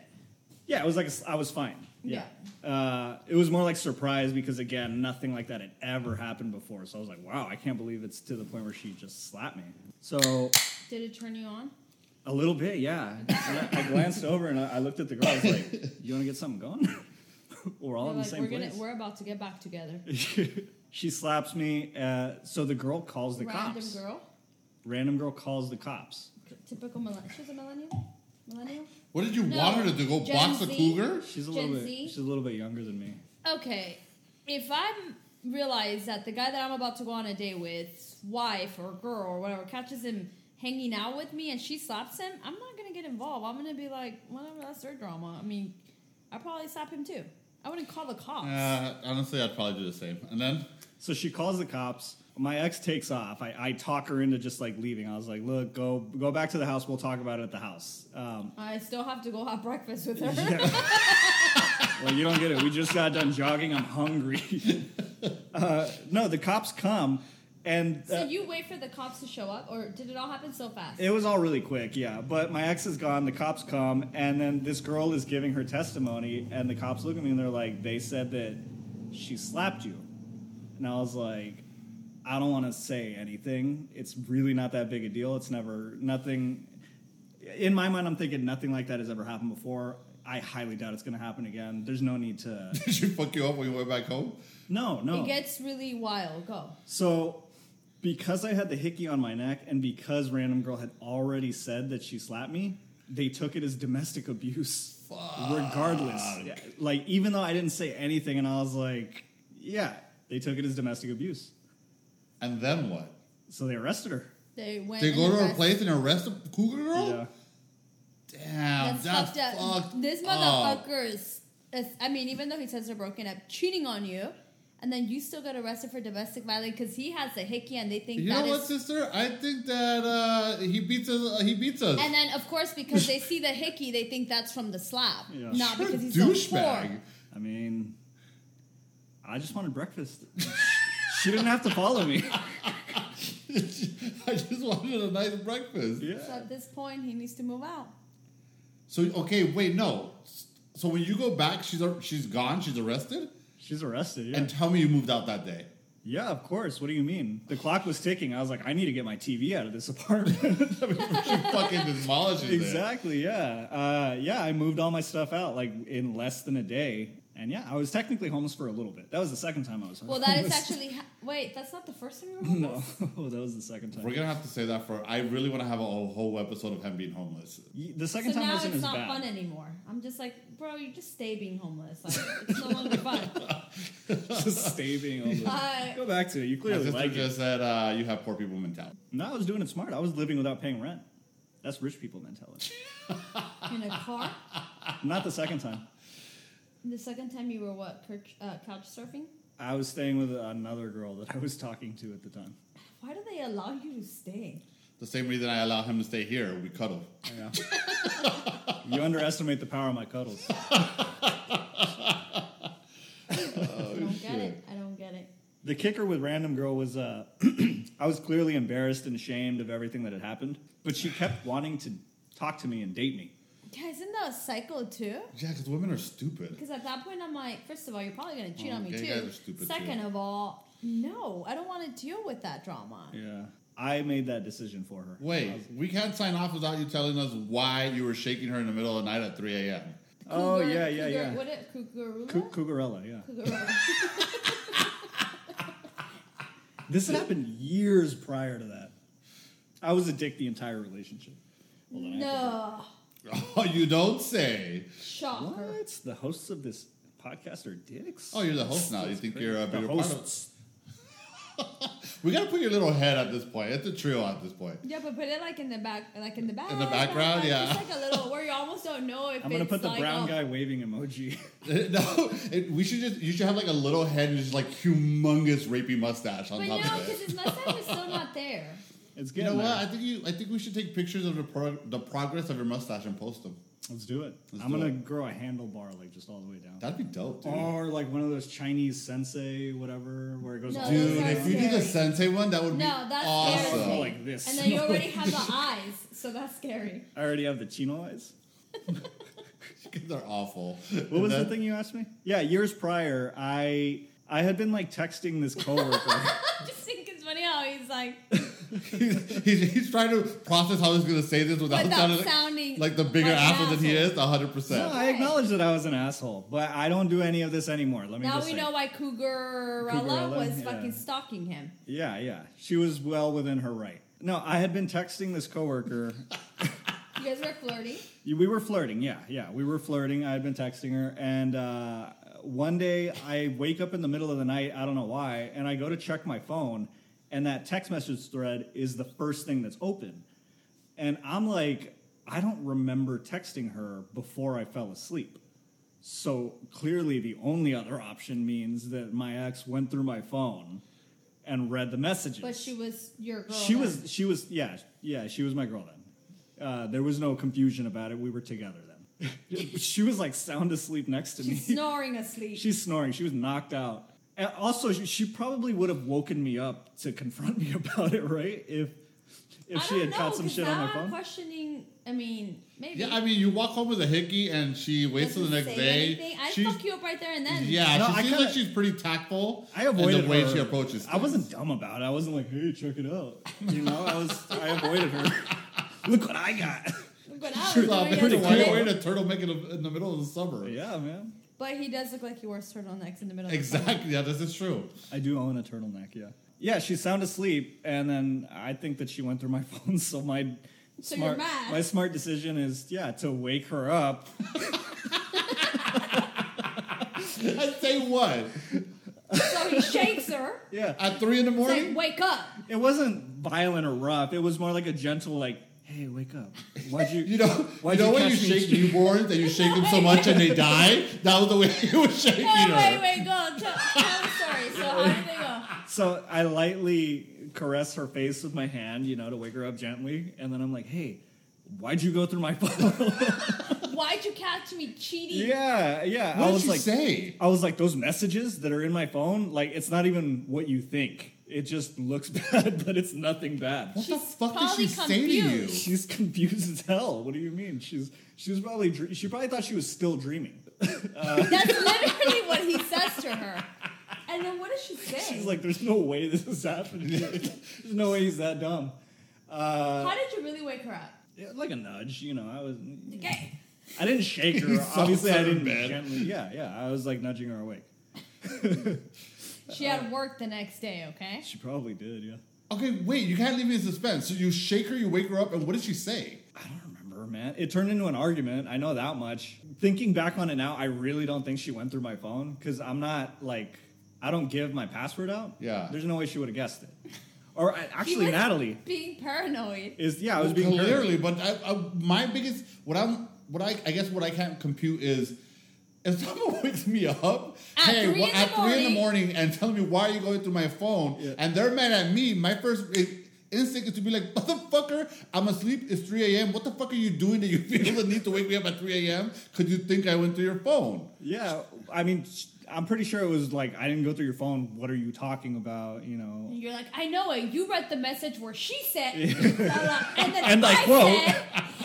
Speaker 2: Yeah, it was like a s- I was fine. Yeah. Uh, it was more like surprise because again, nothing like that had ever happened before. So I was like, wow, I can't believe it's to the point where she just slapped me. So
Speaker 1: Did it turn you on?
Speaker 2: a little bit, yeah. And I, I glanced over and I, I looked at the girl. I was like, you want to get something going? we're all
Speaker 1: You're
Speaker 2: in
Speaker 1: like,
Speaker 2: the same
Speaker 1: we're
Speaker 2: place.
Speaker 1: gonna. We're about to get back together.
Speaker 2: she slaps me. Uh, so the girl calls the
Speaker 1: Random
Speaker 2: cops.
Speaker 1: girl.
Speaker 2: Random girl calls the cops.
Speaker 1: Typical millennial. She's a millennial. Millennial.
Speaker 3: What did you
Speaker 1: No,
Speaker 3: want her to do? Go
Speaker 1: Gen
Speaker 3: box
Speaker 1: Z.
Speaker 3: a cougar?
Speaker 2: She's a
Speaker 1: Gen
Speaker 2: little bit.
Speaker 1: Z?
Speaker 2: She's a little bit younger than me.
Speaker 1: Okay, if I am realize that the guy that I'm about to go on a date with, wife or girl or whatever, catches him hanging out with me and she slaps him, I'm not gonna get involved. I'm gonna be like, whatever, that's their drama. I mean, I probably slap him too. I wouldn't call the cops.
Speaker 3: Uh, honestly, I'd probably do the same. And then,
Speaker 2: So she calls the cops. My ex takes off. I, I talk her into just like leaving. I was like, "Look, go go back to the house. We'll talk about it at the house." Um,
Speaker 1: I still have to go have breakfast with her.
Speaker 2: well, you don't get it. We just got done jogging. I'm hungry. uh, no, the cops come, and uh,
Speaker 1: so you wait for the cops to show up, or did it all happen so fast?
Speaker 2: It was all really quick, yeah. But my ex is gone, the cops come, and then this girl is giving her testimony, and the cops look at me and they're like, they said that she slapped you. And I was like, I don't want to say anything. It's really not that big a deal. It's never, nothing. In my mind, I'm thinking nothing like that has ever happened before. I highly doubt it's going to happen again. There's no need to.
Speaker 3: did she fuck you up when you went back home?
Speaker 2: No, no.
Speaker 1: It gets really wild. Go.
Speaker 2: So because I had the hickey on my neck and because Random Girl had already said that she slapped me, they took it as domestic abuse. Regardless. Yeah, Like, even though I didn't say anything and I was like, yeah, they took it as domestic abuse.
Speaker 3: And then what?
Speaker 2: So they arrested her.
Speaker 5: They went.
Speaker 3: They
Speaker 5: and
Speaker 3: go to her
Speaker 5: arrested-
Speaker 3: place and arrest a cougar girl?
Speaker 2: Yeah.
Speaker 3: Damn, that's, fucked, up.
Speaker 1: This
Speaker 3: up.
Speaker 1: motherfucker is, is. I mean, even though he says they're broken up, cheating on you, and then you still get arrested for domestic violence because he has a hickey and they think
Speaker 3: You
Speaker 1: that
Speaker 3: know
Speaker 1: is.
Speaker 3: what, sister? I think that uh, he beats us. he beats us.
Speaker 1: And then, of course, because they see the hickey, they think that's from the slap,
Speaker 2: Yeah.
Speaker 1: not
Speaker 3: You're a
Speaker 1: because he's a
Speaker 3: douchebag.
Speaker 1: whore.
Speaker 2: I mean, I just wanted breakfast. she didn't have to follow me.
Speaker 3: I just wanted a nice breakfast.
Speaker 1: So
Speaker 2: Yeah.
Speaker 1: at this point, he needs to move out.
Speaker 3: So okay, wait, no. So when you go back, she's she's gone. She's arrested.
Speaker 2: She's arrested. Yeah.
Speaker 3: And tell me you moved out that day.
Speaker 2: yeah, of course. What do you mean? The clock was ticking. I was like, I need to get my TV out of this apartment.
Speaker 3: She fucking demolishes it.
Speaker 2: exactly. Yeah. Uh, yeah. I moved all my stuff out like in less than a day. And yeah, I was technically homeless for a little bit. That was the second time I was
Speaker 1: Well,
Speaker 2: homeless.
Speaker 1: that is actually. Ha- wait, that's not the first time you were homeless?
Speaker 2: no, that was the second time.
Speaker 3: We're gonna have to say that for. I really want to have a whole episode of him being homeless.
Speaker 2: Y- the
Speaker 1: So
Speaker 2: second time
Speaker 1: now
Speaker 2: wasn't
Speaker 1: it's
Speaker 2: as
Speaker 1: not
Speaker 2: bad.
Speaker 1: fun anymore. I'm just like, bro, you just stay being homeless. Like, it's no longer fun. Uh,
Speaker 2: Just stay being homeless.
Speaker 1: I-
Speaker 2: Go back to it. You
Speaker 3: My
Speaker 2: clearly
Speaker 3: sister
Speaker 2: like it.
Speaker 3: just said uh, you have poor people mentality.
Speaker 2: No, I was doing it smart. I was living without paying rent. That's rich people mentality.
Speaker 1: In a car.
Speaker 2: Not the second time.
Speaker 1: The second time you were what? Couch, uh, couch surfing.
Speaker 2: I was staying with another girl that I was talking to at the time.
Speaker 1: Why do they allow you to stay?
Speaker 3: The same reason I allow him to stay here. We cuddle.
Speaker 2: Yeah. you underestimate the power of my cuddles.
Speaker 1: I don't get
Speaker 3: Oh, shit.
Speaker 1: it. I don't get it.
Speaker 2: The kicker with Random Girl was uh, I was clearly embarrassed and ashamed of everything that had happened, but she kept wanting to talk to me and date me.
Speaker 1: Yeah, isn't that a cycle too?
Speaker 3: Yeah, because women are stupid.
Speaker 1: Because at that point, I'm like, first of all, you're probably gonna cheat
Speaker 3: Oh,
Speaker 1: on me
Speaker 3: gay
Speaker 1: too.
Speaker 3: guys are stupid,
Speaker 1: Second
Speaker 3: too.
Speaker 1: of all, no, I don't want to deal with that drama.
Speaker 2: Yeah. I made that decision for her. I
Speaker 3: Wait,
Speaker 2: was-
Speaker 3: we can't sign off without you telling us why you were shaking her in the middle of the night at 3 a.m.
Speaker 2: oh,
Speaker 1: Cougar-
Speaker 2: yeah, yeah,
Speaker 1: cougar-
Speaker 2: yeah.
Speaker 1: What it? Cougarula?
Speaker 2: Cou- Cougarella, yeah.
Speaker 1: Cougarula.
Speaker 2: This had happened years prior to that. I was a dick the entire relationship. Hold on, I have to
Speaker 1: no,
Speaker 3: Oh, you don't say.
Speaker 1: shocker.
Speaker 2: What? The hosts of this podcast are dicks?
Speaker 3: Oh, you're the host now. You think you're a
Speaker 2: the
Speaker 3: bigger part of
Speaker 2: hosts.
Speaker 3: We gotta put your little head at this point. It's a trio at this point.
Speaker 1: Yeah, but put it like in the back, like in the back,
Speaker 3: background, yeah.
Speaker 1: Just like a little where you almost don't know if
Speaker 2: I'm gonna
Speaker 1: it's
Speaker 2: put the
Speaker 1: like,
Speaker 2: brown
Speaker 1: oh,
Speaker 2: guy waving emoji.
Speaker 3: no, it, we should just. You should have like a little head and just like humongous rapey mustache on
Speaker 1: But no,
Speaker 3: top of
Speaker 1: because
Speaker 3: it.
Speaker 1: his mustache is still not there.
Speaker 2: It's
Speaker 3: You
Speaker 2: getting
Speaker 3: know what?
Speaker 2: there.
Speaker 3: I think you. I think we should take pictures of the pro- the progress of your mustache and post them.
Speaker 2: Let's do it.
Speaker 3: Let's
Speaker 2: I'm
Speaker 3: do
Speaker 2: gonna
Speaker 3: it.
Speaker 2: grow a handlebar like just all the way down.
Speaker 3: That'd be dope, dude.
Speaker 2: or like one of those Chinese sensei, whatever, where it goes
Speaker 1: No,
Speaker 2: all
Speaker 1: those
Speaker 3: dude,
Speaker 2: the way
Speaker 1: are
Speaker 3: if you
Speaker 2: down.
Speaker 3: did the
Speaker 1: scary.
Speaker 3: sensei one, that would be
Speaker 1: No, that's
Speaker 3: awesome.
Speaker 1: scary.
Speaker 2: More like this.
Speaker 1: And then you already have the eyes, so that's scary.
Speaker 2: I already have the chino eyes.
Speaker 3: They're awful.
Speaker 2: What was the thing you asked me? Yeah, years prior, I I had been like texting this coworker.
Speaker 1: I just think it's funny how he's like
Speaker 3: He's, he's, he's trying to process how he's gonna say this without,
Speaker 1: Without
Speaker 3: sounding, like-
Speaker 1: sounding
Speaker 3: like the bigger
Speaker 1: like an
Speaker 3: asshole than he
Speaker 1: asshole.
Speaker 3: is. hundred percent.
Speaker 2: no, I acknowledge that I was an asshole, but I don't do any of this anymore. Let me
Speaker 1: now
Speaker 2: just
Speaker 1: we
Speaker 2: say.
Speaker 1: know why Cougarella,
Speaker 2: Cougarella,
Speaker 1: was
Speaker 2: yeah.
Speaker 1: fucking stalking him.
Speaker 2: Yeah, yeah. She was well within her right. No, I had been texting this coworker.
Speaker 1: You guys were flirting.
Speaker 2: we were flirting. Yeah, yeah. We were flirting. I had been texting her. And uh, one day I wake up in the middle of the night. I don't know why. And I go to check my phone. And that text message thread is the first thing that's open. And I'm like, I don't remember texting her before I fell asleep. So clearly, the only other option means that my ex went through my phone and read the messages.
Speaker 1: But she was your girl.
Speaker 2: She
Speaker 1: then.
Speaker 2: was. She was. Yeah. Yeah. She was my girl then. Uh, there was no confusion about it. We were together then. she was like sound asleep next to me.
Speaker 1: She's snoring asleep.
Speaker 2: She's snoring. She was knocked out. And also, she, she probably would have woken me up to confront me about it, right? If if
Speaker 1: I
Speaker 2: she
Speaker 1: don't
Speaker 2: had caught
Speaker 1: know,
Speaker 2: some
Speaker 1: 'cause
Speaker 2: shit on
Speaker 1: now
Speaker 2: my
Speaker 1: I'm
Speaker 2: phone.
Speaker 1: questioning. I mean, maybe.
Speaker 3: Yeah, I mean, you walk home with a hickey, and she waits till the
Speaker 1: Doesn't
Speaker 3: next
Speaker 1: say
Speaker 3: day.
Speaker 1: anything. I
Speaker 3: She's,
Speaker 1: fuck you up right there and then.
Speaker 3: yeah,
Speaker 2: No,
Speaker 3: she
Speaker 2: I
Speaker 3: seems
Speaker 2: kinda-
Speaker 3: like she's pretty tactful.
Speaker 2: I avoided
Speaker 3: in the way
Speaker 2: her.
Speaker 3: she approaches.
Speaker 2: I
Speaker 3: things.
Speaker 2: wasn't dumb about it. I wasn't like, hey, check it out. You know, I was. I avoided her. Look what I got.
Speaker 1: But I was
Speaker 3: She's all
Speaker 1: doing it
Speaker 3: pretty
Speaker 1: as
Speaker 3: cool.
Speaker 1: a
Speaker 2: clear.
Speaker 1: kid.
Speaker 3: wearing a turtleneck in the, in the middle of the summer.
Speaker 2: yeah, man.
Speaker 1: But he does look like he wears turtlenecks in the middle.
Speaker 3: Exactly. Yeah, this is true.
Speaker 2: I do own a turtleneck. Yeah. Yeah, she's sound asleep, and then I think that she went through my phone, so my
Speaker 1: So you're
Speaker 2: smart
Speaker 1: mad.
Speaker 2: my smart decision is yeah to wake her up.
Speaker 3: I'd say what?
Speaker 1: So he shakes her.
Speaker 2: Yeah,
Speaker 3: At three in the
Speaker 1: Say,
Speaker 3: morning?
Speaker 1: wake up.
Speaker 2: it wasn't violent or rough. It was more like a gentle like, hey, wake up. Why'd you?
Speaker 3: You know,
Speaker 2: Why'd
Speaker 3: you know
Speaker 2: you
Speaker 3: when you
Speaker 2: catch me
Speaker 3: shake newborns and you shake them so much and they die? That was the way you were shaking
Speaker 1: Wait, Oh, wait,
Speaker 3: her.
Speaker 1: wait, go. Tell, tell the story. So how did they go?
Speaker 2: So I lightly caress her face with my hand, you know, to wake her up gently, and then I'm like, hey, why'd you go through my phone?
Speaker 1: Why'd you catch me cheating?
Speaker 2: yeah, yeah.
Speaker 3: What
Speaker 2: I
Speaker 3: did
Speaker 2: was
Speaker 3: she
Speaker 2: like,
Speaker 3: say?
Speaker 2: I was like, those messages that are in my phone, like it's not even what you think. It just looks bad, but it's nothing bad.
Speaker 3: What the
Speaker 1: She's
Speaker 3: fuck did she
Speaker 1: probably
Speaker 3: say to you?
Speaker 1: confused.
Speaker 2: She's confused as hell. What do you mean? She's she was probably dr- she probably thought she was still dreaming.
Speaker 1: That's literally what he says to her. And then what does she say?
Speaker 2: She's like, there's no way this is happening. there's no way he's that dumb. uh,
Speaker 1: how did you really wake her up?
Speaker 2: Yeah, like a nudge, you know. I was
Speaker 1: Okay.
Speaker 2: I didn't shake
Speaker 3: He
Speaker 2: her.
Speaker 3: saw
Speaker 2: Obviously, I
Speaker 3: her
Speaker 2: didn't
Speaker 3: bed.
Speaker 2: gently. Yeah, yeah. I was like nudging her awake.
Speaker 1: She
Speaker 2: uh,
Speaker 1: had work the next day, okay?
Speaker 2: She probably did. Yeah.
Speaker 3: Okay, wait, you can't leave me in suspense. So you shake her, you wake her up, and what did she say?
Speaker 2: I don't remember, man. It turned into an argument. I know that much. Thinking back on it now, I really don't think she went through my phone because I'm not like I don't give my password out.
Speaker 3: Yeah.
Speaker 2: There's no way she would have guessed it. Or I,
Speaker 1: She
Speaker 2: actually,
Speaker 1: was
Speaker 2: Natalie
Speaker 1: Being paranoid.
Speaker 2: is. Yeah, I was being
Speaker 3: Well,
Speaker 2: paranoid.
Speaker 3: clearly, but I, I, my biggest what I'm what I I guess what I can't compute is if someone wakes me up
Speaker 1: At
Speaker 3: hey
Speaker 1: three
Speaker 3: wha-
Speaker 1: in the
Speaker 3: at three in the
Speaker 1: morning.
Speaker 3: morning and tell me why are you going through my phone
Speaker 2: Yeah.
Speaker 3: and they're mad at me, my first i- instinct is to be like motherfucker I'm asleep it's 3 a.m. what the fuck are you doing that you feel the need to wake me up at 3 a.m. because you think I went through your phone.
Speaker 2: Yeah, I mean, sh- I'm pretty sure it was like I didn't go through your phone. What are you talking about? You know.
Speaker 1: And you're like, I know it. You read the message where she said, blah, blah, and then
Speaker 2: And I
Speaker 1: I,
Speaker 2: quote.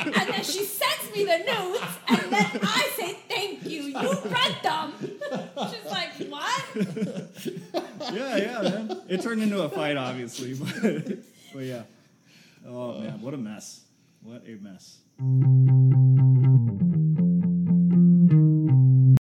Speaker 1: said, and then she sends me the news, and then I say, thank you. You read them. She's like, what?
Speaker 2: Yeah, yeah, man. It turned into a fight, obviously, but, but yeah. Oh man, what a mess! What a mess.